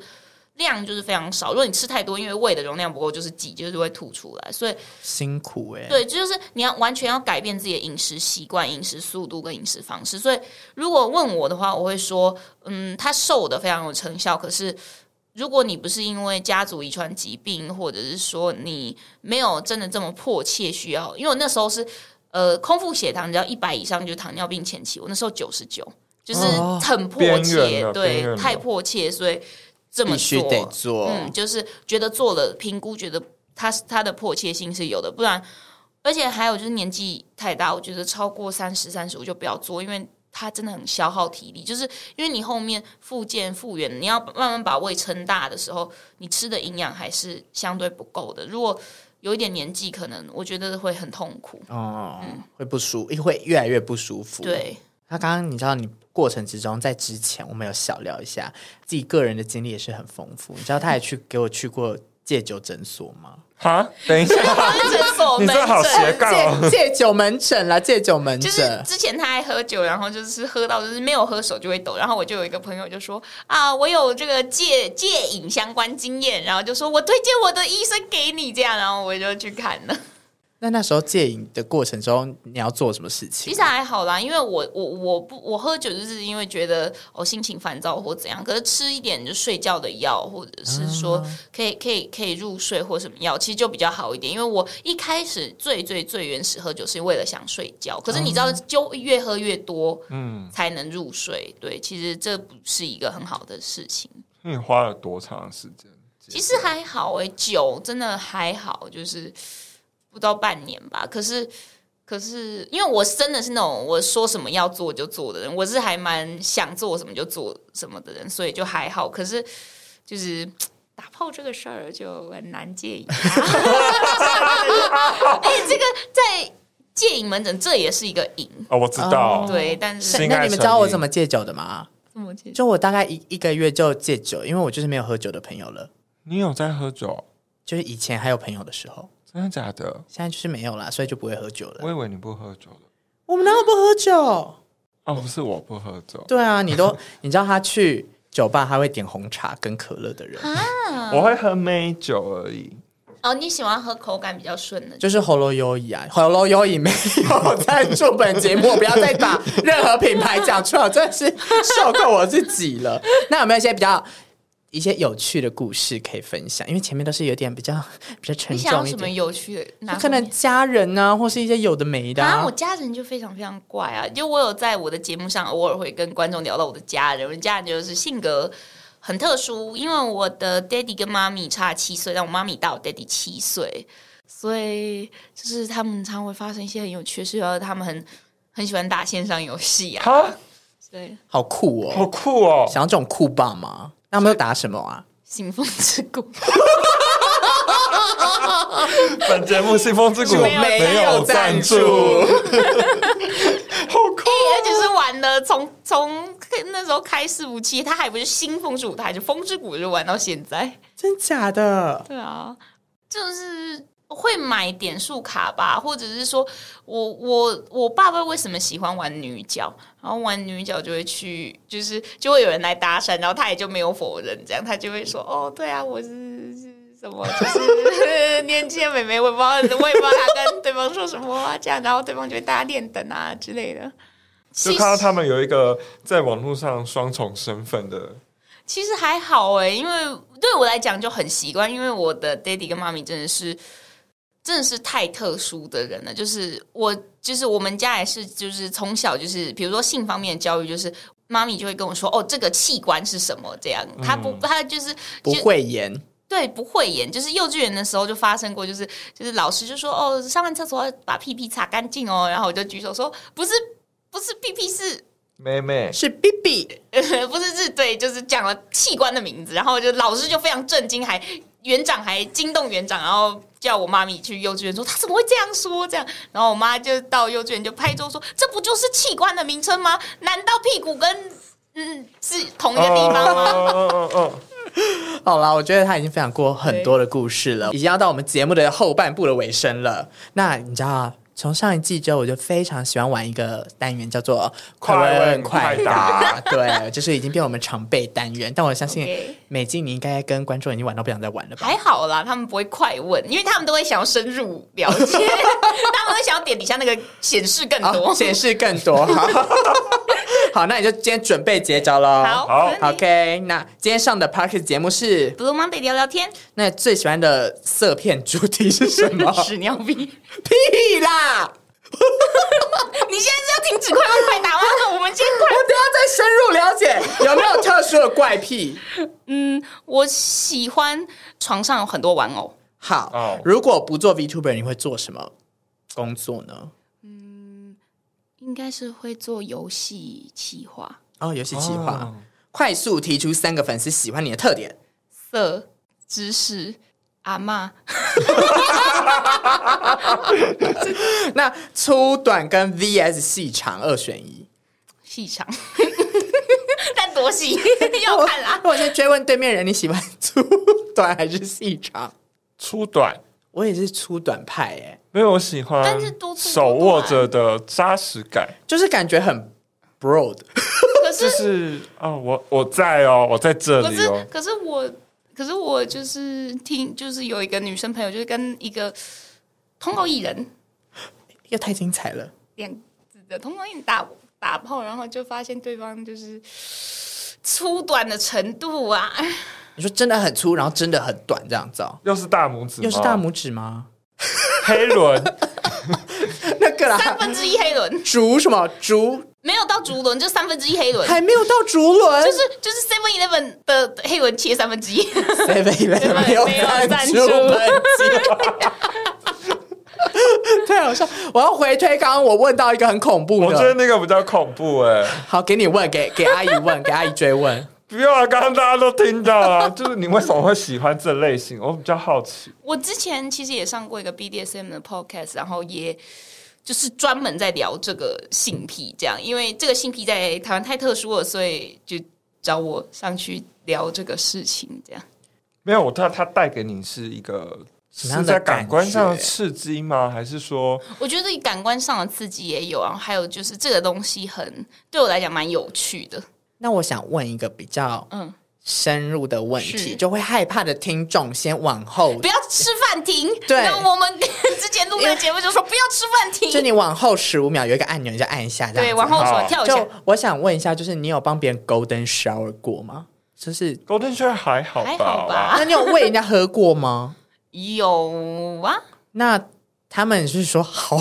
[SPEAKER 4] 量就是非常少。如果你吃太多，因为胃的容量不够，就是挤，就是会吐出来。所以，
[SPEAKER 2] 辛苦哎、
[SPEAKER 4] 对，就是你要完全要改变自己的饮食习惯、饮食速度跟饮食方式。所以，如果问我的话，我会说，嗯，他瘦的非常有成效，可是。如果你不是因为家族遗传疾病，或者是说你没有真的这么迫切需要，因为我那时候是呃空腹血糖只要一百以上就是糖尿病前期，我那时候九十九，就是
[SPEAKER 2] 哦
[SPEAKER 4] 很迫
[SPEAKER 1] 边
[SPEAKER 4] 切，
[SPEAKER 1] 缘了边缘
[SPEAKER 4] 对，
[SPEAKER 1] 了
[SPEAKER 4] 太迫切，所以这么
[SPEAKER 2] 必须
[SPEAKER 4] 做
[SPEAKER 2] 得做。
[SPEAKER 4] 嗯，就是觉得做了评估，觉得他他的迫切性是有的，不然，而且还有就是年纪太大，我觉得超过三十、三十五就不要做，因为它真的很消耗体力，就是因为你后面复健复原，你要慢慢把胃撑大的时候，你吃的营养还是相对不够的。如果有一点年纪，可能我觉得会很痛苦。
[SPEAKER 2] 哦，会不舒服，会越来越不舒服。，
[SPEAKER 4] 嗯对，
[SPEAKER 2] 那刚刚你知道，你过程之中，在之前我们有小聊一下自己个人的经历也是很丰富。你知道他也去给我去过戒酒诊所吗？
[SPEAKER 1] 哈，等一下，
[SPEAKER 4] 诊所
[SPEAKER 1] 你
[SPEAKER 4] 门
[SPEAKER 1] 这好斜
[SPEAKER 2] 哎
[SPEAKER 4] 诊。
[SPEAKER 1] 杠哦。
[SPEAKER 2] 戒戒酒门诊啦，戒酒门
[SPEAKER 4] 就是
[SPEAKER 2] 诊。
[SPEAKER 4] 之前他还喝酒，然后就是喝到就是没有喝手就会抖，然后我就有一个朋友就说啊，我有这个戒戒瘾相关经验，然后就说我推荐我的医生给你这样，然后我就去看了。
[SPEAKER 2] 那那时候戒瘾的过程中，你要做什么事情
[SPEAKER 4] 其？实还好啦，因为我我我不我喝酒就是因为觉得我、哦、心情烦躁或怎样，可是吃一点就睡觉的药，或者是说可以可以可以入睡或什么药，其实就比较好一点。因为我一开始最最最原始喝酒是为了想睡觉，可是你知道，就越喝越多，嗯，才能入睡。对，其实这不是一个很好的事情。
[SPEAKER 1] 那你花了多长的时间？
[SPEAKER 4] 其实还好诶、酒真的还好，就是不到半年吧。可是，可是因为我真的是那种我说什么要做就做的人，我是还蛮想做什么就做什么的人，所以就还好。可是，就是打炮这个事儿就很难戒瘾。啊 哎、这个在戒瘾门诊这也是一个瘾，
[SPEAKER 1] 哦，我知道，
[SPEAKER 4] 对，但是
[SPEAKER 1] 性
[SPEAKER 2] 那
[SPEAKER 1] 爱
[SPEAKER 2] 你们
[SPEAKER 1] 成
[SPEAKER 2] 知道我
[SPEAKER 1] 瘾
[SPEAKER 2] 怎么戒酒的吗？
[SPEAKER 4] 这么戒
[SPEAKER 2] 就我大概一一个月就戒酒，因为我就是没有喝酒的朋友了，
[SPEAKER 1] 你有在喝酒？
[SPEAKER 2] 就是以前还有朋友的时候，
[SPEAKER 1] 真的假的？
[SPEAKER 2] 现在就是没有啦，所以就不会喝酒
[SPEAKER 1] 我
[SPEAKER 2] 了。
[SPEAKER 1] 以为你不喝酒的。
[SPEAKER 2] 我们哪有不喝酒？
[SPEAKER 1] 哦，不是我不喝酒，
[SPEAKER 2] 对啊，你都 你知道他去酒吧他会点红茶跟可乐的人，
[SPEAKER 4] 啊
[SPEAKER 1] 我会喝美酒而已。
[SPEAKER 4] 哦，你喜欢喝口感比较顺的，
[SPEAKER 2] 就是喉咙优怡啊，喉咙优怡没有赞助本节目，不要再把任何品牌讲出来，我真的是受够我自己 了。那有没有一些比较？一些有趣的故事可以分享，因为前面都是有点比较比较沉
[SPEAKER 4] 你想要
[SPEAKER 2] 重一
[SPEAKER 4] 什么
[SPEAKER 2] 点，
[SPEAKER 4] 有趣的？哪
[SPEAKER 2] 就可
[SPEAKER 4] 方面
[SPEAKER 2] 能家人啊，或是一些有的没的、
[SPEAKER 4] 啊，我家人就非常非常怪啊，就我有在我的节目上偶尔会跟观众聊到我的家人，我的家人就是性格很特殊，因为我的 daddy 跟妈咪差七岁，但我妈咪大我 daddy 七岁。
[SPEAKER 6] 所以就是他们常会发生一些很有趣的事，然后他们很很喜欢打线上游戏啊，
[SPEAKER 1] 哈，
[SPEAKER 6] 对，
[SPEAKER 2] 好酷
[SPEAKER 1] 好
[SPEAKER 2] 哦！
[SPEAKER 1] 酷哦！
[SPEAKER 2] 想要这种酷爸吗？那他们又打什么啊？
[SPEAKER 6] 信奉之谷。
[SPEAKER 1] 本节目《信风之谷》没有赞助，好酷！
[SPEAKER 6] 而且是玩的从从那时候开四五七，他还不是新风之舞台，就风之谷就玩到现在。
[SPEAKER 2] 真假的？
[SPEAKER 6] 对啊，就是会买点数卡吧，或者是说我我我爸爸为什么喜欢玩女角，然后玩女角就会去，就是就会有人来搭讪，然后他也就没有否认，这样他就会说哦，对啊，我是。是什么就是 年轻的妹妹，我也不知道，我也不知道他跟对方说什么啊，这样，然后对方就会大家练等啊之类的。
[SPEAKER 1] 就
[SPEAKER 6] 其
[SPEAKER 1] 看到
[SPEAKER 6] 实
[SPEAKER 1] 他们有一个在网络上双重身份的，
[SPEAKER 6] 其实还好哎、因为对我来讲就很习惯，因为我的 daddy 跟妈咪真的是真的是太特殊的人了。就是我，就是我们家也是，就是从小就是，比如说性方面的教育，就是妈咪就会跟我说，哦，这个器官是什么这样。她不，她就是
[SPEAKER 2] 不
[SPEAKER 6] 就
[SPEAKER 2] 会演，
[SPEAKER 6] 对，不会演，就是幼稚园的时候就发生过，就是就是老师就说哦，上完厕所要把屁屁擦干净哦，然后我就举手说不是不是屁屁是
[SPEAKER 1] 妹妹
[SPEAKER 2] 是 B B
[SPEAKER 6] 不是是对，就是讲了器官的名字，然后就老师就非常震惊，还园长还惊动园长，然后叫我妈咪去幼稚园说他怎么会这样说这样，然后我妈就到幼稚园就拍桌说这不就是器官的名称吗？难道屁股跟嗯是同一个地方吗？
[SPEAKER 1] 哦哦哦哦
[SPEAKER 2] 好啦，我觉得他已经分享过很多的故事了，已经要到我们节目的后半部的尾声了。那你知道啊，从上一季之后，我就非常喜欢玩一个单元，叫做“
[SPEAKER 1] 快问
[SPEAKER 2] 快
[SPEAKER 1] 快答”。
[SPEAKER 2] 对，就是已经变我们常备单元。但我相信
[SPEAKER 6] OK
[SPEAKER 2] 美静，你应该跟观众已经玩到不想再玩了吧？
[SPEAKER 6] 还好啦，他们不会快问，因为他们都会想要深入了解， 他们会想要点底下那个显示更
[SPEAKER 2] 好，
[SPEAKER 6] 多。
[SPEAKER 2] 哦
[SPEAKER 1] 哦
[SPEAKER 2] 显示更多。 好，好那你就今天准备结招喽。
[SPEAKER 6] 好
[SPEAKER 1] 好
[SPEAKER 6] 可以
[SPEAKER 2] ，OK。那今天上的 Parkes 节目是，
[SPEAKER 6] Blue Monday 聊聊天，？
[SPEAKER 2] 那最喜欢的色片主题是什么
[SPEAKER 1] 哦
[SPEAKER 6] 屎尿屁。
[SPEAKER 2] 屁啦！
[SPEAKER 6] 你现在是要停止快问快答吗？ 我们先快
[SPEAKER 2] 我等一下再深入了解有没有特殊的怪癖。
[SPEAKER 6] 嗯，我喜欢床上有很多玩偶，
[SPEAKER 2] 好，
[SPEAKER 1] 哦
[SPEAKER 2] 如果不做 VTuber，你会做什么工作呢？
[SPEAKER 6] 应该是会做游戏企划。
[SPEAKER 2] 哦，游戏企划，
[SPEAKER 1] 哦
[SPEAKER 2] 快速提出三个粉丝喜欢你的特点。
[SPEAKER 6] 色知识阿嬷，
[SPEAKER 2] 那粗短跟 VS 细长二选一。
[SPEAKER 6] 细长， 但多细 要看
[SPEAKER 1] 哦
[SPEAKER 6] 啦。
[SPEAKER 2] 我先追问对面人，你喜欢粗短还是细长？
[SPEAKER 1] 粗短，
[SPEAKER 2] 我也是粗短派欸耶，
[SPEAKER 1] 因为我喜欢，
[SPEAKER 6] 但是多粗多
[SPEAKER 1] 手握着的扎实感，
[SPEAKER 2] 就是感觉很 broad。
[SPEAKER 6] 可
[SPEAKER 1] 就是是啊、哦，我我在哦，我在这
[SPEAKER 6] 可
[SPEAKER 1] 里
[SPEAKER 6] 是
[SPEAKER 1] 哦，
[SPEAKER 6] 可是我可是我就是听就是有一个女生朋友，就是跟一个通告艺人
[SPEAKER 2] 又太精彩了，
[SPEAKER 6] 两子的通告艺人打打炮，然后就发现对方就是粗短的程度啊。
[SPEAKER 2] 你说真的很粗，然后真的很短，这样子哦，
[SPEAKER 1] 又是大拇指，
[SPEAKER 2] 又是大，拇指吗？
[SPEAKER 1] 黑 轮，
[SPEAKER 2] 那个
[SPEAKER 6] 三
[SPEAKER 2] 啦，
[SPEAKER 6] 分之一黑轮，
[SPEAKER 2] 竹什么竹
[SPEAKER 6] 没有到竹轮，就三分之一黑轮，
[SPEAKER 2] 还没有到竹轮，
[SPEAKER 6] 就是就是 Seven Eleven 的黑轮切三分之一。
[SPEAKER 2] Seven Eleven
[SPEAKER 6] 没有赞助
[SPEAKER 2] 太好笑！我要回推刚刚我问到一个很恐怖
[SPEAKER 1] 我觉得
[SPEAKER 2] 的，
[SPEAKER 1] 那个比较恐怖哎、
[SPEAKER 2] 好，给你问，给给阿姨问，给阿姨追 问。
[SPEAKER 1] 不要啊，刚刚大家都听到了， 就是你为什么会喜欢这类型？我比较好奇，
[SPEAKER 6] 我之前其实也上过一个 BDSM 的 podcast，然后也就是专门在聊这个性癖，这样，因为这个性癖在台湾太特殊了，所以就找我上去聊这个事情，这样。
[SPEAKER 1] 没有，我他他带给你是一个
[SPEAKER 2] 么
[SPEAKER 1] 是
[SPEAKER 2] 样的
[SPEAKER 1] 在感官上的
[SPEAKER 2] 感觉
[SPEAKER 1] 刺激吗？还是说
[SPEAKER 6] 我觉得感官上的刺激也有，然后还有就是这个东西很对我来讲蛮有趣的，
[SPEAKER 2] 那我想问一个比较
[SPEAKER 6] 嗯，
[SPEAKER 2] 深入的问
[SPEAKER 6] 是
[SPEAKER 2] 题，就会害怕的听众先往后
[SPEAKER 6] 不，要吃饭停。
[SPEAKER 2] 对
[SPEAKER 6] 那我们之前录那个节目就说不要吃饭停，
[SPEAKER 2] 就你往后十五秒有一个按钮，你就按一下，这样
[SPEAKER 6] 对，
[SPEAKER 2] 子
[SPEAKER 6] 往后手
[SPEAKER 1] 好
[SPEAKER 6] 跳一下
[SPEAKER 2] 哦就。我想问一下，就是你有帮别人 golden shower 过吗？就是，
[SPEAKER 1] Golden Shower 还好吧？
[SPEAKER 6] 还好吧
[SPEAKER 2] 那你有喂人家喝过吗？
[SPEAKER 6] 有啊，
[SPEAKER 2] 那他们是说好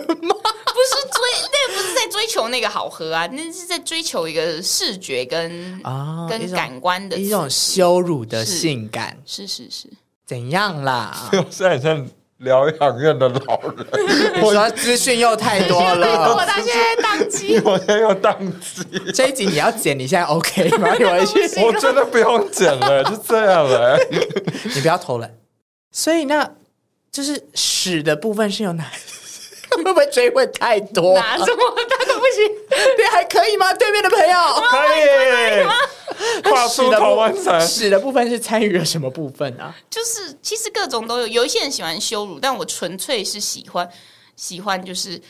[SPEAKER 6] 不是追，那不是在追求那个好喝啊，那是在追求一个视觉跟、
[SPEAKER 2] 啊，一
[SPEAKER 6] 跟
[SPEAKER 2] 种
[SPEAKER 6] 感官的
[SPEAKER 2] 一种
[SPEAKER 6] 刺激
[SPEAKER 2] 羞辱的
[SPEAKER 6] 是
[SPEAKER 2] 性感，
[SPEAKER 6] 是是是，
[SPEAKER 2] 怎样啦？
[SPEAKER 1] 我现在很像疗养院的老人，
[SPEAKER 2] 我说资讯又太多
[SPEAKER 6] 我
[SPEAKER 2] 了，
[SPEAKER 6] 到现在宕机。
[SPEAKER 1] 我现在要宕机，
[SPEAKER 2] 这一集你要剪，你现在 OK 吗？你回去，
[SPEAKER 1] 我
[SPEAKER 6] 啊
[SPEAKER 1] 真的不用剪了，就这样了。
[SPEAKER 2] 你不要偷懒。所以那就是屎的部分是有哪？ 会不会追问太多？
[SPEAKER 6] 拿什么？他都不行。
[SPEAKER 2] 对，还可以吗？对面的朋 友，
[SPEAKER 1] 可以跨
[SPEAKER 2] 屎
[SPEAKER 1] 出
[SPEAKER 2] 的
[SPEAKER 1] 头
[SPEAKER 2] 部
[SPEAKER 1] 湾城，
[SPEAKER 2] 屎的部分 是参与了什么部分啊？
[SPEAKER 6] 就是其实各种都有，有一些人喜欢羞辱，但我纯粹是喜欢喜欢就是嘖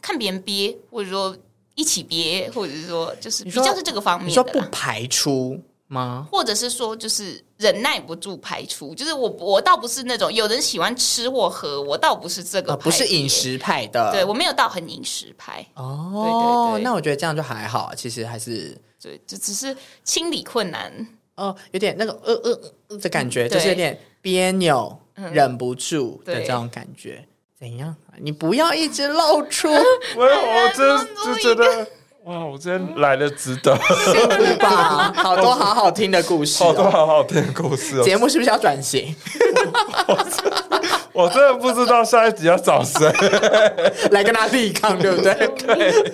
[SPEAKER 6] 看别人憋，或者说一起憋，或者是说就是
[SPEAKER 2] 你
[SPEAKER 6] 比
[SPEAKER 2] 说
[SPEAKER 6] 较是这个方
[SPEAKER 2] 你
[SPEAKER 6] 面
[SPEAKER 2] 说
[SPEAKER 6] 的
[SPEAKER 2] 不
[SPEAKER 6] 嗯啦。
[SPEAKER 2] 排除吗？
[SPEAKER 6] 或者是说，就是忍耐不住排出，就是我我倒不是那种有人喜欢吃或喝，我倒不是这个、
[SPEAKER 2] 啊，不是饮，食派的，
[SPEAKER 6] 对我没有到很饮食派，
[SPEAKER 2] 哦，
[SPEAKER 6] 对对对
[SPEAKER 2] 那我觉得这样就还好，啊其实还是
[SPEAKER 6] 对，就只是清理困难，
[SPEAKER 2] 哦，有点那个呃呃呃的感觉，
[SPEAKER 6] 嗯
[SPEAKER 2] 就是有
[SPEAKER 6] 对嗯
[SPEAKER 2] 点别扭、忍不住的
[SPEAKER 6] 对
[SPEAKER 2] 这种感觉。怎样？啊你不要一直露出
[SPEAKER 1] 我我真就觉得哇，我今天来的值 得，
[SPEAKER 2] 吧，好多好好听的故事、
[SPEAKER 1] 好多
[SPEAKER 2] 哦。
[SPEAKER 1] 好好听的故事哦。
[SPEAKER 2] 节目是啊不是要转型？
[SPEAKER 1] 我真的不知道下一集要找 谁，
[SPEAKER 2] 来跟他对抗，对不对？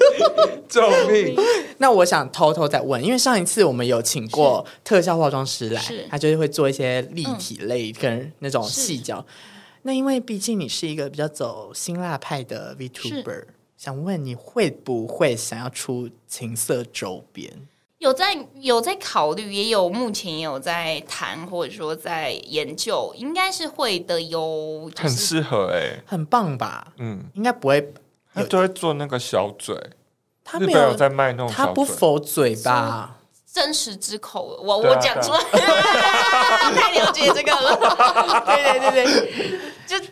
[SPEAKER 1] 救命！
[SPEAKER 2] 那我想偷偷再问，因为上一次我们有请过特效化妆师来
[SPEAKER 6] 是，
[SPEAKER 2] 他就是会做一些立体类跟那种细脚。那因为毕竟你是一个比较走辛辣派的 Vtuber，想问你会不会想要出情色周边？
[SPEAKER 6] 有在有在考虑，也有目前也有在谈，或者说在研究，应该是会的哟。 就
[SPEAKER 1] 很
[SPEAKER 6] 是
[SPEAKER 1] 适合哎，
[SPEAKER 2] 很棒吧？
[SPEAKER 1] 嗯，
[SPEAKER 2] 应该不会，
[SPEAKER 1] 他就会做那个小嘴，
[SPEAKER 2] 他
[SPEAKER 1] 日
[SPEAKER 2] 没
[SPEAKER 1] 本有在卖那种
[SPEAKER 2] 他
[SPEAKER 1] 小
[SPEAKER 2] 不
[SPEAKER 1] 嘴，
[SPEAKER 2] 否嘴吧？
[SPEAKER 6] 真实之口，我
[SPEAKER 1] 对啊啊
[SPEAKER 6] 我讲出来， 太了解这个了。对对对对，就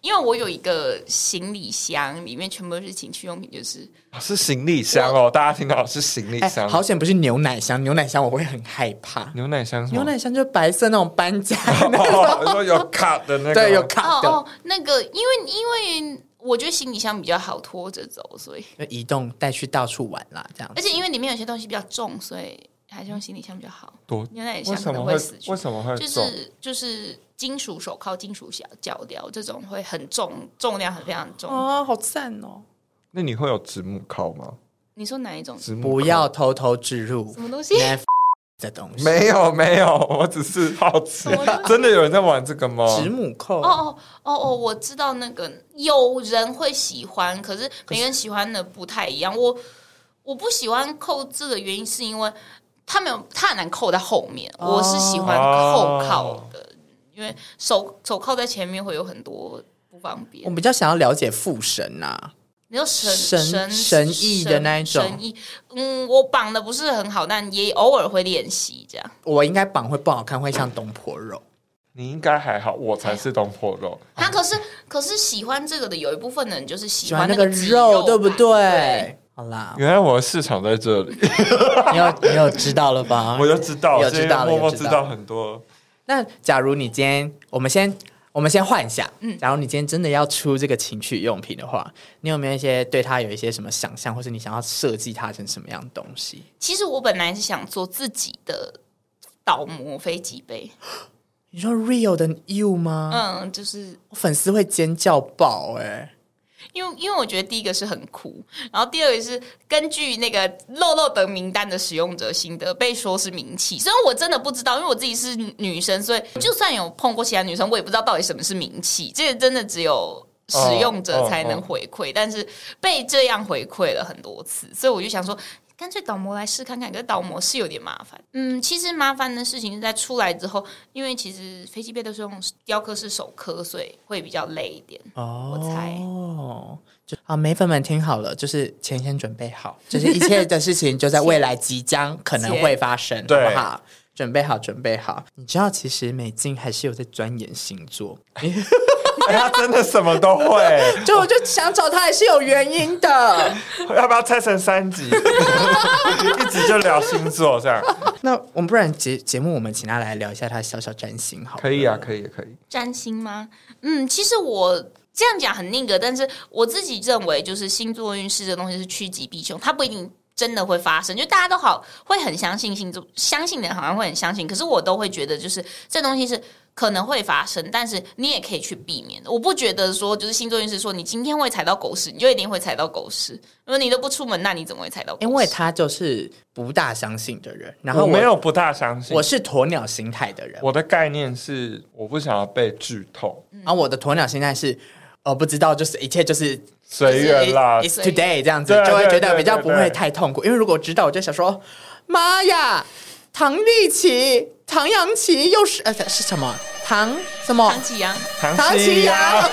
[SPEAKER 6] 因为我有一个行李箱，里面全部都是情趣用品，就是
[SPEAKER 1] 是行李箱哦，大家听到是行李
[SPEAKER 2] 哎、
[SPEAKER 1] 箱，
[SPEAKER 2] 好险不是牛奶香，牛奶香我会很害怕。
[SPEAKER 1] 牛奶箱是
[SPEAKER 2] 牛
[SPEAKER 1] 吗
[SPEAKER 2] 奶香就是白色那种搬家的那 种，
[SPEAKER 1] 哦，你说有 cut 的那个，
[SPEAKER 2] 对，有
[SPEAKER 6] 哦
[SPEAKER 2] 卡
[SPEAKER 1] 啊
[SPEAKER 2] 的，
[SPEAKER 6] 哦，那个，因为因为我觉得行李箱比较好拖着走，所以
[SPEAKER 2] 就移动带去到处玩啦，这样
[SPEAKER 6] 而。且因为里面有些东西比较重，所以还是用行李箱比较好。
[SPEAKER 1] 多，
[SPEAKER 6] 牛奶
[SPEAKER 1] 为
[SPEAKER 6] 箱可
[SPEAKER 1] 什么
[SPEAKER 6] 能
[SPEAKER 1] 会
[SPEAKER 6] 死去
[SPEAKER 1] 为。什么会
[SPEAKER 6] 就
[SPEAKER 1] 重？
[SPEAKER 6] 是就是金属手铐、金属脚脚镣这种会很重，重量很非常重。
[SPEAKER 2] 哦，好赞哦！
[SPEAKER 1] 那你会有子母靠吗？
[SPEAKER 6] 你说哪一种？
[SPEAKER 1] 子母
[SPEAKER 2] 不
[SPEAKER 1] 靠
[SPEAKER 2] 要偷偷植入
[SPEAKER 6] 什么东西？
[SPEAKER 2] Netflix 的东西，
[SPEAKER 1] 没有没有，我只是好奇
[SPEAKER 6] 什么东，
[SPEAKER 1] 真的有人在玩这个吗？
[SPEAKER 2] 指母扣
[SPEAKER 6] 哦哦哦哦，我知道那个有人会喜欢，可是每个人喜欢的不太一样。我我不喜欢扣字的原因是因为他没有，他很难扣在后面。
[SPEAKER 2] 哦
[SPEAKER 6] 我是喜欢后靠
[SPEAKER 1] 啊
[SPEAKER 6] 的，因为手手铐在前面会有很多不方
[SPEAKER 2] 我
[SPEAKER 6] 便。
[SPEAKER 2] 比较想要了解父神啊呐，
[SPEAKER 6] 你说神
[SPEAKER 2] 神
[SPEAKER 6] 神
[SPEAKER 2] 神意的那一种
[SPEAKER 6] 神意，嗯，我绑的不是很好，但也偶尔会练习这样。
[SPEAKER 2] 我应该绑会不好看，会像东坡肉。
[SPEAKER 1] 你应该还好，我才是东坡肉。
[SPEAKER 6] 他可是可是喜欢这个的有一部分人就是喜
[SPEAKER 2] 喜欢那
[SPEAKER 6] 个
[SPEAKER 2] 个
[SPEAKER 6] 肌
[SPEAKER 2] 肉，对不
[SPEAKER 6] 感？
[SPEAKER 2] 对？好啦，
[SPEAKER 1] 原来我的市场在这 里，
[SPEAKER 2] 你有你有知道了吧？
[SPEAKER 1] 我就知道，
[SPEAKER 2] 有
[SPEAKER 1] 今天
[SPEAKER 2] 知道了，
[SPEAKER 1] 默默
[SPEAKER 2] 有
[SPEAKER 1] 知
[SPEAKER 2] 知
[SPEAKER 1] 道
[SPEAKER 2] 道了。
[SPEAKER 1] 很多。
[SPEAKER 2] 那假如你今天，我们先我们先幻想，假如你今天真的要出这个情趣用品的话，你有没有一些对它有一些什么想象，或是你想要设计它成什么样的东西？
[SPEAKER 6] 其实我本来是想做自己的倒模飞机杯，
[SPEAKER 2] 你说 real 的 you 吗？
[SPEAKER 6] 嗯，就是
[SPEAKER 2] 我粉丝会尖叫爆哎、
[SPEAKER 6] 因为因为我觉得第一个是很酷，然后第二个是根据那个漏漏等名单的使用者心得被说是名气，虽然我真的不知道，因为我自己是女生，所以就算有碰过其他女生，我也不知道到底什么是名气，这个真的只有。使用者才能回馈但是被这样回馈了很多次，所以我就想说，干脆倒模来试看看。可是倒模是有点麻烦，嗯，其实麻烦的事情是在出来之后，因为其实飞机杯都是用雕刻式手刻，所以会比较累一点。
[SPEAKER 2] 哦，
[SPEAKER 6] 我猜
[SPEAKER 2] 就好，美粉们听好了，就是钱先准备好， 就是一切的事情就在未来即将可能会发生，好
[SPEAKER 1] 对
[SPEAKER 2] 不好？准备好，准备好。你知道，其实美静还是有在钻研星座，
[SPEAKER 1] 哎，他真的什么都 会，
[SPEAKER 2] 就我就想找她还是有原因的。
[SPEAKER 1] 要不要拆成三 集？一集就聊星座这样，
[SPEAKER 2] 那我们不然节节目我们请她来聊一下她的小小占星好，
[SPEAKER 1] 可以啊，，可以，可以。
[SPEAKER 6] 占星吗？嗯，其实我这样讲很那个，但是我自己认为，就是星座运势这东西是趋吉避凶，它不一定真的会发生。就大家都好会很相信星座，相信的人好像会很相信，可是我都会觉得，就是这东西是可能会发生，但是你也可以去避免的。我不觉得说就是星座运势说你今天会踩到狗屎，你就一定会踩到狗屎。如果你都不出门，那你怎么会踩到狗屎？
[SPEAKER 2] 因为他就是不大相信的人，然后
[SPEAKER 1] 我没有不大相信。
[SPEAKER 2] 我是鸵鸟心态的人，
[SPEAKER 1] 我的概念是，我不想要被剧透，
[SPEAKER 6] 嗯
[SPEAKER 2] 然后我的鸵鸟心态是。哦，不知道，就是一切就是
[SPEAKER 1] 随缘啦。
[SPEAKER 2] ，it's
[SPEAKER 6] 对
[SPEAKER 2] today 这样子
[SPEAKER 1] 对，
[SPEAKER 2] 就会觉
[SPEAKER 1] 对
[SPEAKER 2] 得
[SPEAKER 1] 对
[SPEAKER 2] 比较不
[SPEAKER 1] 对
[SPEAKER 2] 会
[SPEAKER 1] 对
[SPEAKER 2] 太痛苦。因为如果知道，我就想说，妈呀，唐立奇、唐扬奇又是呃是什么唐什么
[SPEAKER 6] 唐启阳，
[SPEAKER 1] 唐
[SPEAKER 2] 唐
[SPEAKER 1] 奇
[SPEAKER 2] 奇 阳，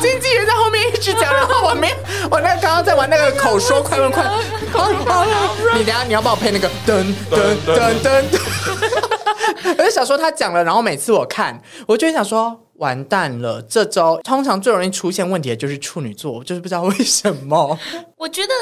[SPEAKER 2] 经纪人在后面一直讲，然后我没，我那刚刚在玩那个口说快问快，好好你等一下你要帮我配那个噔噔噔噔， 我就想说他讲了，然后每次我看，我就会想说。完蛋了！这周通常最容易出现问题的就是处女座，我就是不知道为什么。
[SPEAKER 6] 我觉得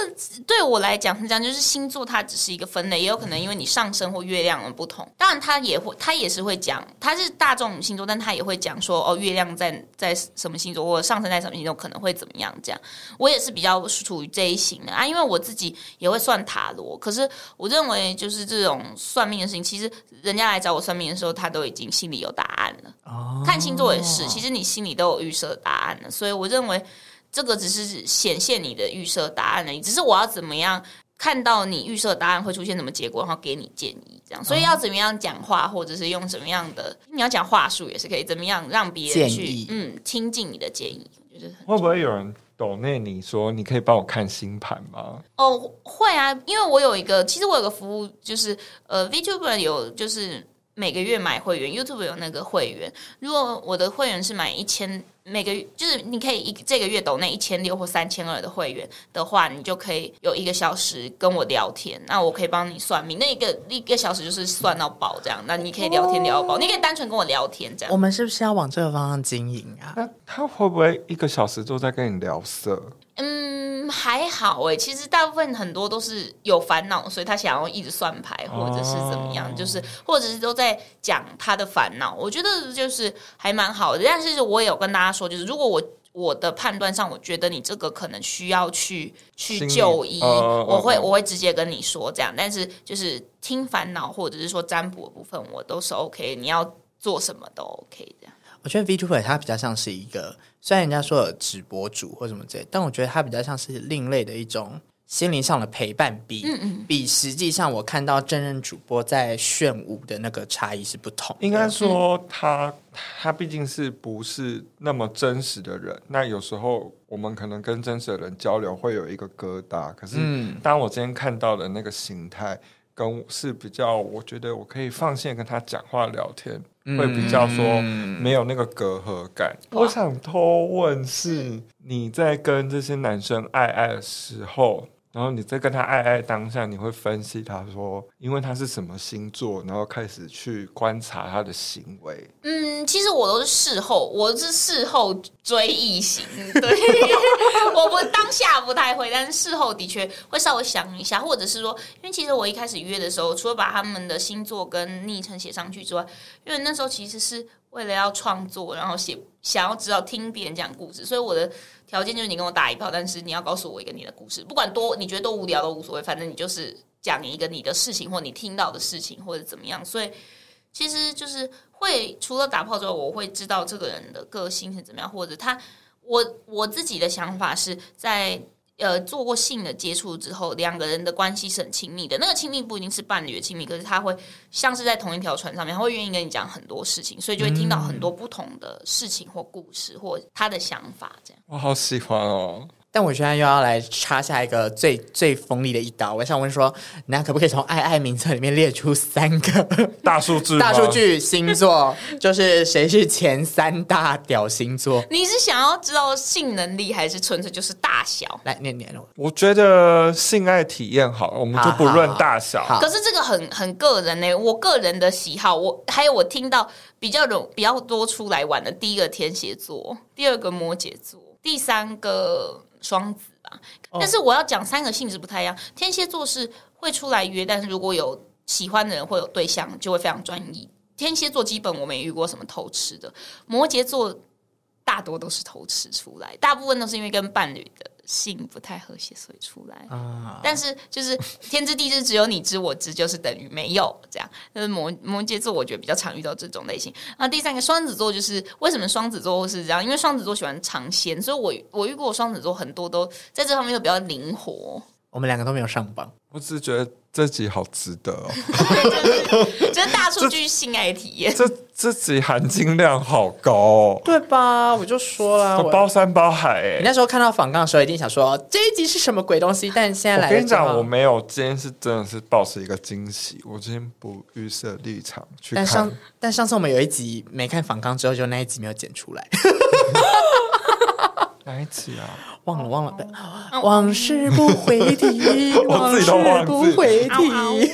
[SPEAKER 6] 对我来讲是这样，就是星座它只是一个分类，也有可能因为你上升或月亮的不同。当然，它也会，它也是会讲，它是大众星座，但它也会讲说哦，月亮在在什么星座，或者上升在什么星座可能会怎么样这样。我也是比较属于这一型的啊，因为我自己也会算塔罗，可是我认为就是这种算命的事情，其实人家来找我算命的时候，他都已经心里有答案了。
[SPEAKER 2] 哦
[SPEAKER 6] 看星座也是，其实你心里都有预设答案了，所以我认为这个只是显现你的预设答案而已，只是我要怎么样。看到你预设答案会出现什么结果，然后给你建议，这样，
[SPEAKER 2] 哦
[SPEAKER 6] 所以要怎么样讲话，或者是用什么样的，你要讲话术也是可以，怎么样让别
[SPEAKER 2] 建
[SPEAKER 6] 人去
[SPEAKER 2] 议
[SPEAKER 6] 嗯听进你的建议，我觉得
[SPEAKER 1] 会不会有人抖内你说你可以帮我看星盘吗？
[SPEAKER 6] 哦，会啊，因为我有一个，其实我有个服务，就是呃，VTuber 有就是每个月买会员，YouTube 有那个会员。如果我的会员是买一千，每个月就是你可以一这个月抖那一千六或三千二的会员的话，你就可以有一个小时跟我聊天，那我可以帮你算命。那一个一个小时就是算到饱这样，那你可以聊天聊到饱，你可以单纯跟我聊天这样
[SPEAKER 2] 我。们是不是要往这个方向经营啊？
[SPEAKER 1] 那他会不会一个小时都在跟你聊色？
[SPEAKER 6] 嗯，还好哎、其实大部分很多都是有烦恼，所以他想要一直算牌，或者是怎么样，
[SPEAKER 1] 哦
[SPEAKER 6] 就是或者是都在讲他的烦恼。我觉得就是还蛮好的，但是我也有跟大家说，就是如果我。我的判断上，我觉得你这个可能需要去去
[SPEAKER 1] 心理
[SPEAKER 6] 就医，
[SPEAKER 1] 哦哦
[SPEAKER 6] 我会
[SPEAKER 1] 哦
[SPEAKER 6] 我会直接跟你说这样。但是就是听烦恼或者是说占卜的部分，我都是 OK，你要做什么都 OK 这样。
[SPEAKER 2] 我觉得 VTuber 它比较像是一个，虽然人家说有直播主或什么之类，但我觉得它比较像是另类的一种心灵上的陪伴比，比实际上我看到真人主播在炫舞的那个差异是不同的。
[SPEAKER 1] 应该说他他毕竟是不是那么真实的人，那有时候我们可能跟真实的人交流会有一个疙瘩，可是当我今天看到的那个形态，跟是比较，我觉得我可以放线跟他讲话聊天，
[SPEAKER 2] 嗯
[SPEAKER 1] 会比较说没有那个隔阂感。我想偷问是你在跟这些男生爱爱的时候。然后你在跟他爱爱当下，你会分析他说，因为他是什么星座，然后开始去观察他的行为。
[SPEAKER 6] 嗯，其实我都是事后，我是事后追忆型，对， 我不当下不太会，但是事后的确会稍微想一下，或者是说，因为其实我一开始约的时候，除了把他们的星座跟昵称写上去之外，因为那时候其实是为了要创作，然后写想要知道听别人讲故事，所以我的条件就是你跟我打一炮，但是你要告诉我一个你的故事，不管多你觉得多无聊都无所谓，反正你就是讲一个你的事情或你听到的事情或者怎么样，所以。其实就是会除了打炮之外，我会知道这个人的个性是怎么样，或者他我我自己的想法是在呃做过性的接触之后，两个人的关系是很亲密的。那个亲密不一定是伴侣的亲密，可是他会像是在同一条船上面，他会愿意跟你讲很多事情，所以就会听到很多不同的事情或故事或他的想法这样。
[SPEAKER 1] 我好喜欢哦！
[SPEAKER 2] 但我现在又要来插下一个最最锋利的一刀，我想问说，那可不可以从爱爱名册里面列出三个
[SPEAKER 1] 大数据，
[SPEAKER 2] 大数，据星座， 就是谁是前三大屌星座？
[SPEAKER 6] 你是想要知道性能力，还是纯粹就是大小？
[SPEAKER 2] 来念念我，
[SPEAKER 1] 我觉得性爱体验好了，我们就不论大小。
[SPEAKER 2] 好好好好
[SPEAKER 6] 可是这个很很个人呢、我个人的喜好，我还有我听到比较容比较多出来玩的，第一个天蝎座，第二个摩羯座，第三个双子吧。但是我要讲三个性质不太一样，天蝎座是会出来约，但是如果有喜欢的人或有对象，就会非常专一。天蝎座基本我没遇过什么偷吃的，摩羯座大多都是偷吃出来，大部分都是因为跟伴侣的性不太和谐，所以出来。
[SPEAKER 2] 啊，
[SPEAKER 6] 但是就是天知地知，只有你知我知，就是等于没有这样。呃，摩摩羯座我觉得比较常遇到这种类型。那第三个双子座就是为什么双子座会是这样？因为双子座喜欢尝鲜，所以我我遇过双子座很多都在这方面都比较灵活，
[SPEAKER 2] 我们两个都没有上榜，
[SPEAKER 1] 我只是觉得这集好值得哦，
[SPEAKER 6] 就是就是大数据性爱体验。
[SPEAKER 1] 这这集含金量好高哦，
[SPEAKER 2] 对吧？我就说啦，
[SPEAKER 1] 它
[SPEAKER 2] 我
[SPEAKER 1] 包山包海哎、
[SPEAKER 2] 啊你那时候看到访杠的时候，一定想说这一集是什么鬼东西，但现在来
[SPEAKER 1] 我
[SPEAKER 2] 了
[SPEAKER 1] 跟你
[SPEAKER 2] 之
[SPEAKER 1] 讲，
[SPEAKER 2] 后
[SPEAKER 1] 我没有，今天是真的是抱持一个惊喜，我今天不预设立场去
[SPEAKER 2] 但上
[SPEAKER 1] 看。
[SPEAKER 2] 但上次我们有一集没看访纲之后，就那一集没有剪出来，
[SPEAKER 1] 哪一集啊？
[SPEAKER 2] 忘了忘了，往事不 回提，
[SPEAKER 1] 我自
[SPEAKER 2] 事
[SPEAKER 1] 己都忘记
[SPEAKER 2] 不回
[SPEAKER 6] 嗷嗷
[SPEAKER 2] 提。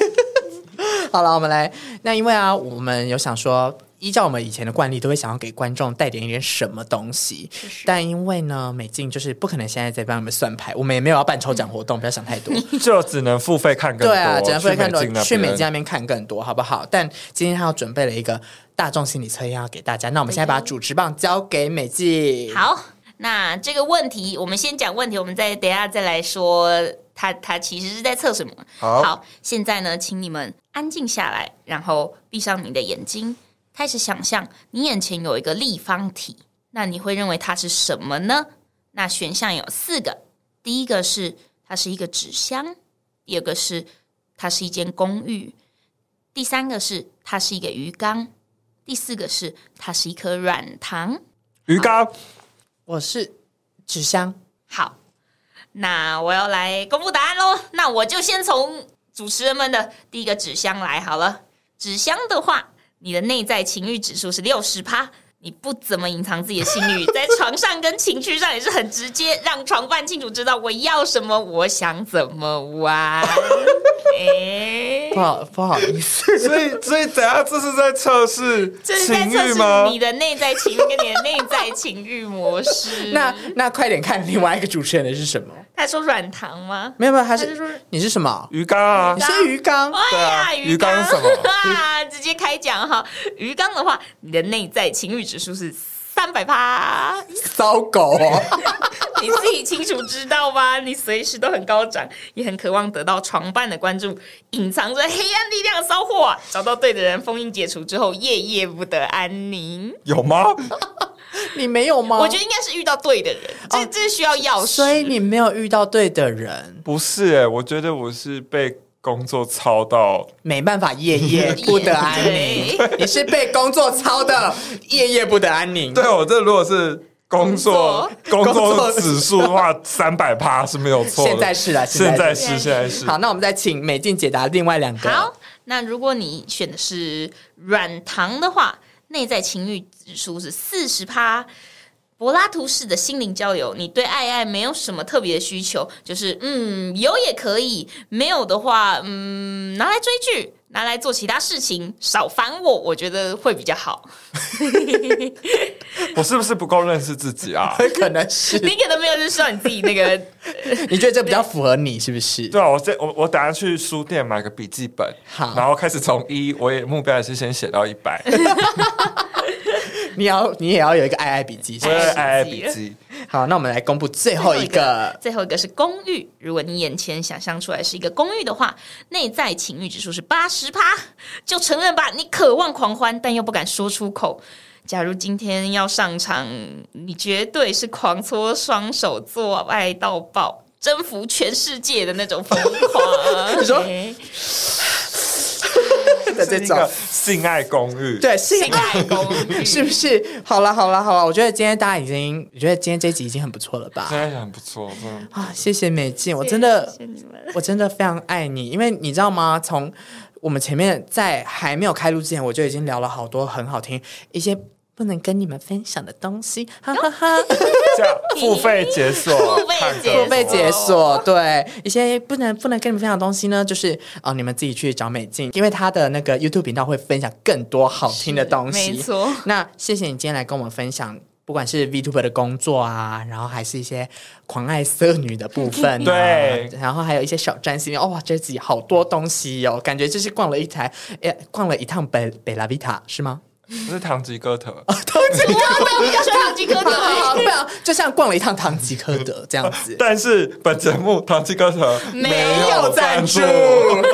[SPEAKER 2] 好了，我们来，那因为啊，我们有想说。依照我们以前的惯例，都会想要给观众带点一点什么东西，但因为呢，美静就是不可能现在在帮你们算牌，我们也没有要办抽奖活动，不要想太多。
[SPEAKER 1] 就只能付费看更多，
[SPEAKER 2] 对啊，只能会看多
[SPEAKER 1] 去美金那边
[SPEAKER 2] 去美金那边看更多，好不好？但今天他要准备了一个大众心理测验要给大家，那我们现在把主持棒交给美纪。，
[SPEAKER 6] 好，那这个问题我们先讲问题，我们再等一下再来说他他其实是在测什么。
[SPEAKER 1] 好
[SPEAKER 6] 现在呢，请你们安静下来，然后闭上你的眼睛，开始想象你眼前有一个立方体，那你会认为它是什么呢？那选项有四个，第一个是它是一个纸箱，第二个是它是一间公寓，第三个是它是一个鱼缸，第四个是它是一颗软糖。
[SPEAKER 1] 鱼 缸
[SPEAKER 2] 我是纸箱，
[SPEAKER 6] 好，那我要来公布答案喽。那我就先从主持人们的第一个纸箱来好了。纸箱的话，你的内在情欲指数是六十趴。你不怎么隐藏自己的性欲，在床上跟情趣上也是很直接，让床伴清楚知道我要什么，我想怎么玩。哎、
[SPEAKER 2] 不好不好意思，
[SPEAKER 1] 所以所以等下这是在测试
[SPEAKER 6] 这是在
[SPEAKER 1] 情
[SPEAKER 6] 测
[SPEAKER 1] 欲
[SPEAKER 6] 试
[SPEAKER 1] 吗？
[SPEAKER 6] 你的内在情欲跟你的内在情欲模式。
[SPEAKER 2] 那 那快点看另外一个主持人的是什么？
[SPEAKER 6] 他说软糖吗？
[SPEAKER 2] 没有没有，他
[SPEAKER 6] 他就说
[SPEAKER 2] 是你是什么？
[SPEAKER 1] 鱼缸啊
[SPEAKER 2] 你，是鱼缸，
[SPEAKER 6] 哎呀，
[SPEAKER 1] 对啊
[SPEAKER 6] 鱼
[SPEAKER 1] 鱼缸是什么
[SPEAKER 6] 啊，直接开讲哈！鱼缸的话，你的内在情欲指数是三百趴，
[SPEAKER 2] 骚狗哦。
[SPEAKER 6] 你自己清楚知道吧？你随时都很高涨，也很渴望得到床伴的关注，隐藏着黑暗力量的骚货、啊，找到对的人，封印解除之后，夜夜不得安宁。
[SPEAKER 1] 有吗？
[SPEAKER 2] 你没有吗？
[SPEAKER 6] 我觉得应该是遇到对的人，这这需要钥匙。
[SPEAKER 2] 所以你没有遇到对的人，
[SPEAKER 1] 不是哎、我觉得我是被工作操到，
[SPEAKER 2] 没办法，夜 夜不得安宁。你是被工作操的，夜夜不得安宁。
[SPEAKER 1] 对我这如果是。工作工作指数的话，三百趴是没有错的。
[SPEAKER 2] 现在是啦啊
[SPEAKER 1] 现
[SPEAKER 2] 现在
[SPEAKER 1] 在
[SPEAKER 6] 是
[SPEAKER 1] 是现在是。
[SPEAKER 2] 好，那我们再请美静解答另外两个。
[SPEAKER 6] 好，那如果你选的是软糖的话，内在情欲指数是四十趴。柏拉图式的心灵交流，你对爱爱没有什么特别的需求，就是嗯有也可以，没有的话嗯拿来追剧，拿来做其他事情，少烦我，我觉得会比较好。
[SPEAKER 1] 我是不是不够认识自己啊？
[SPEAKER 2] 可能 是
[SPEAKER 6] 你可能没有认识到你自己那个，
[SPEAKER 2] 你觉得这比较符合你，是不是？
[SPEAKER 1] 对啊，我这我我等下去书店买个笔记本，
[SPEAKER 2] 好
[SPEAKER 1] 然后开始从一，我也目标也是先写到一百，
[SPEAKER 2] 你要你也要有一个爱爱笔记。是
[SPEAKER 1] 我
[SPEAKER 2] 不
[SPEAKER 1] 也
[SPEAKER 2] 是
[SPEAKER 1] 爱爱笔记。
[SPEAKER 2] 好，那我们来公布最后一个。
[SPEAKER 6] 最后一个是公寓。如果你眼前想象出来是一个公寓的话，内在情欲指数是八十趴，就承认吧，你渴望狂欢，但又不敢说出口。假如今天要上场，你绝对是狂搓双手做爱到爆，征服全世界的那种疯狂。
[SPEAKER 2] 你说
[SPEAKER 6] 哎
[SPEAKER 2] 的这
[SPEAKER 1] 是一
[SPEAKER 2] 种
[SPEAKER 1] 个性爱公寓，，
[SPEAKER 2] 对性
[SPEAKER 6] 性爱公 寓
[SPEAKER 2] 是不是？好了好了好了，我觉得今天大家已经，我觉得今天这集已经很不错了吧
[SPEAKER 1] 现？在很不错，真的。
[SPEAKER 2] 啊，谢谢美静，我真的
[SPEAKER 6] 谢谢你们。
[SPEAKER 2] 我真的非常爱你，因为你知道吗？从我们前面在还没有开录之前，我就已经聊了好多很好听一些不能跟你们分享的东西，哈哈 哈。
[SPEAKER 1] 这样付费解锁，
[SPEAKER 6] 付费
[SPEAKER 1] 看
[SPEAKER 6] 解
[SPEAKER 1] 歌
[SPEAKER 6] 锁
[SPEAKER 2] 付费解锁，对一些不能不能跟你们分享的东西呢，就是哦、呃你们自己去找美静，因为她的那个 YouTube 频道会分享更多好听的东西。
[SPEAKER 6] 没错，
[SPEAKER 2] 那谢谢你今天来跟我们分享，不管是 VTuber 的工作啊，然后还是一些狂爱色女的部分、啊，
[SPEAKER 1] 对
[SPEAKER 2] 然后还有一些小占星，哦哇，这集好多东西哦，感觉就是逛了一台，诶，逛了一趟北北拉维塔是吗？
[SPEAKER 1] 不是堂吉诃德，
[SPEAKER 4] 我比较喜欢唐吉诃
[SPEAKER 2] 好 好好
[SPEAKER 4] 德。
[SPEAKER 2] 不要，就像逛了一趟堂吉诃德这样子。
[SPEAKER 1] 但是本节目堂吉诃德
[SPEAKER 4] 没
[SPEAKER 1] 有赞助。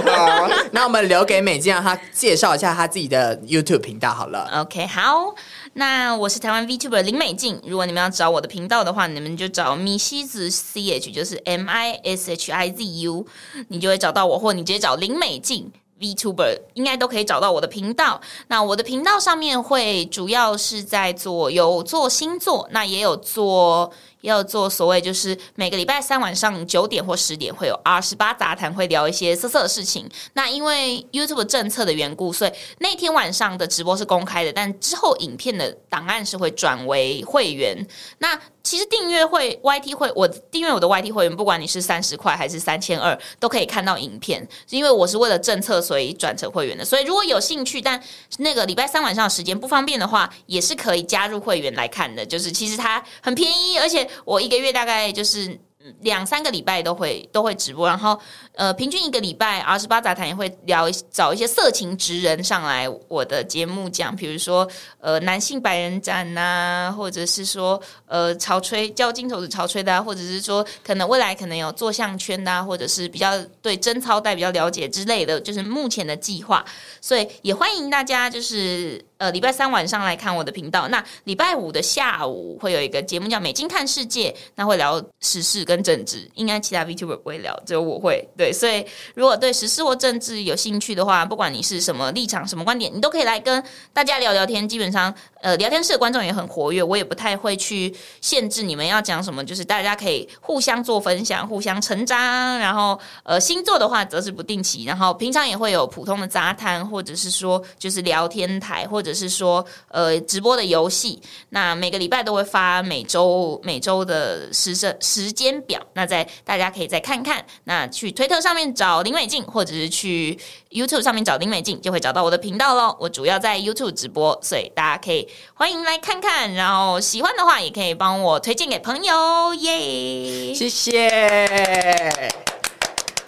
[SPEAKER 2] 好， 那我们留给美静，让啊她介绍一下她自己的 YouTube 频道好了。
[SPEAKER 4] OK，好，那我是台湾 VTuber 林美静。如果你们要找我的频道的话，你们就找米西子 CH，就是 M I S H I Z U，你就会找到我，或你直接找林美静。VTuber 应该都可以找到我的频道。那我的频道上面会主要是在做有做星座，那也有做也有做所谓就是每个礼拜三晚上九点或十点会有 R 十八杂谈，会聊一些色色的事情。那因为 YouTube 政策的缘故，所以那天晚上的直播是公开的，但之后影片的档案是会转为会员。那其实订阅会 YT 会，我订阅我的 YT 会员，不管你是三十块还是三千二，都可以看到影片。是因为我是为了政策，所以转成会员的。所以如果有兴趣，但那个礼拜三晚上的时间不方便的话，也是可以加入会员来看的。就是其实它很便宜，而且我一个月大概就是嗯两三个礼拜都会都会直播，然后呃，平均一个礼拜二十八杂谈也会聊一找一些色情职人上来我的节目讲，比如说呃男性白人展呐、或者是说呃潮吹交金手指潮吹的、啊，或者是说可能未来可能有做项圈的、啊，或者是比较对贞操带比较了解之类的，就是目前的计划。所以也欢迎大家就是呃礼拜三晚上来看我的频道。那礼拜五的下午会有一个节目叫《美金看世界》，那会聊时事跟政治，应该其他 VTuber 不会聊，只有我会。对，所以如果对时事或政治有兴趣的话，不管你是什么立场、什么观点，你都可以来跟大家聊聊天。基本上，呃，聊天室的观众也很活跃，我也不太会去限制你们要讲什么，就是大家可以互相做分享，互相成长。然后，呃，星座的话则是不定期，然后平常也会有普通的杂谈，或者是说就是聊天台，或者是说呃直播的游戏。那每个礼拜都会发每周每周的时政时间表，那在大家可以再看看。那去推特上面找林美静，或者是去 YouTube 上面找林美静，就会找到我的频道喽。我主要在 YouTube 直播，所以大家可以欢迎来看看。然后喜欢的话，也可以帮我推荐给朋友，耶！
[SPEAKER 2] 谢谢。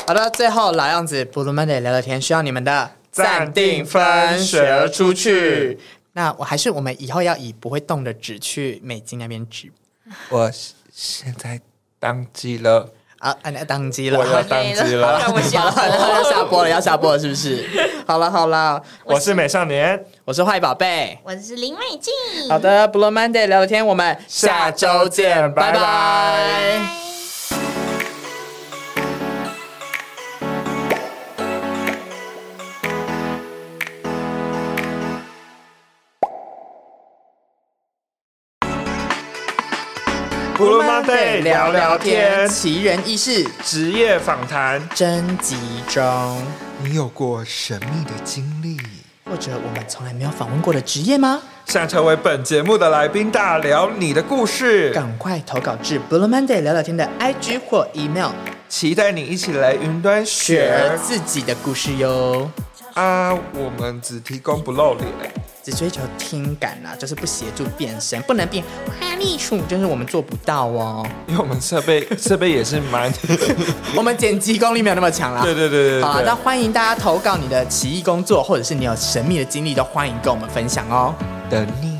[SPEAKER 2] 好的，最后老样子，布鲁曼得聊聊天，需要你们的
[SPEAKER 1] 暂定分学出去。
[SPEAKER 2] 那我还是我们以后要以不会动的纸去美金那边指
[SPEAKER 1] 我现在当机了，
[SPEAKER 2] 啊，按当机
[SPEAKER 1] 我
[SPEAKER 2] 了。
[SPEAKER 1] 要当机 了，
[SPEAKER 4] 让我笑
[SPEAKER 2] 好了， 要下播了，要下播了，是 不是？好了好了，
[SPEAKER 1] 我是美少年，
[SPEAKER 2] 我是坏宝贝。
[SPEAKER 4] 我是林美静，
[SPEAKER 2] 好的，Blue Monday 聊聊天，我们
[SPEAKER 1] 下周见，拜
[SPEAKER 2] 拜
[SPEAKER 1] 拜。
[SPEAKER 2] 拜
[SPEAKER 1] 布鲁马队聊聊天，
[SPEAKER 2] 奇人异事
[SPEAKER 1] 职业访谈。
[SPEAKER 2] 征集中，
[SPEAKER 1] 你有过神秘的经历？
[SPEAKER 2] 或者我们从来没有访问过的职业吗？
[SPEAKER 1] 想成为本节目的来宾，大聊你的故事，
[SPEAKER 2] 赶快投稿至 Blue Monday 聊聊天的 IG 或 email，
[SPEAKER 1] 期待你一起来云端
[SPEAKER 2] 学
[SPEAKER 1] 学
[SPEAKER 2] 自己的故事哟。
[SPEAKER 1] 啊！我们只提供不露脸，
[SPEAKER 2] 只追求听感啦、就是不协助变身，不能变花栗鼠，就是我们做不 到哦。
[SPEAKER 1] 因为我们设备设备也是蛮……
[SPEAKER 2] 我们剪辑功力没有那么强啦。
[SPEAKER 1] 对对对对对
[SPEAKER 2] 好啦，那欢迎大家投稿你的奇异工作，或者是你有神秘的经历，都欢迎跟我们分享哦。
[SPEAKER 1] 等你。哦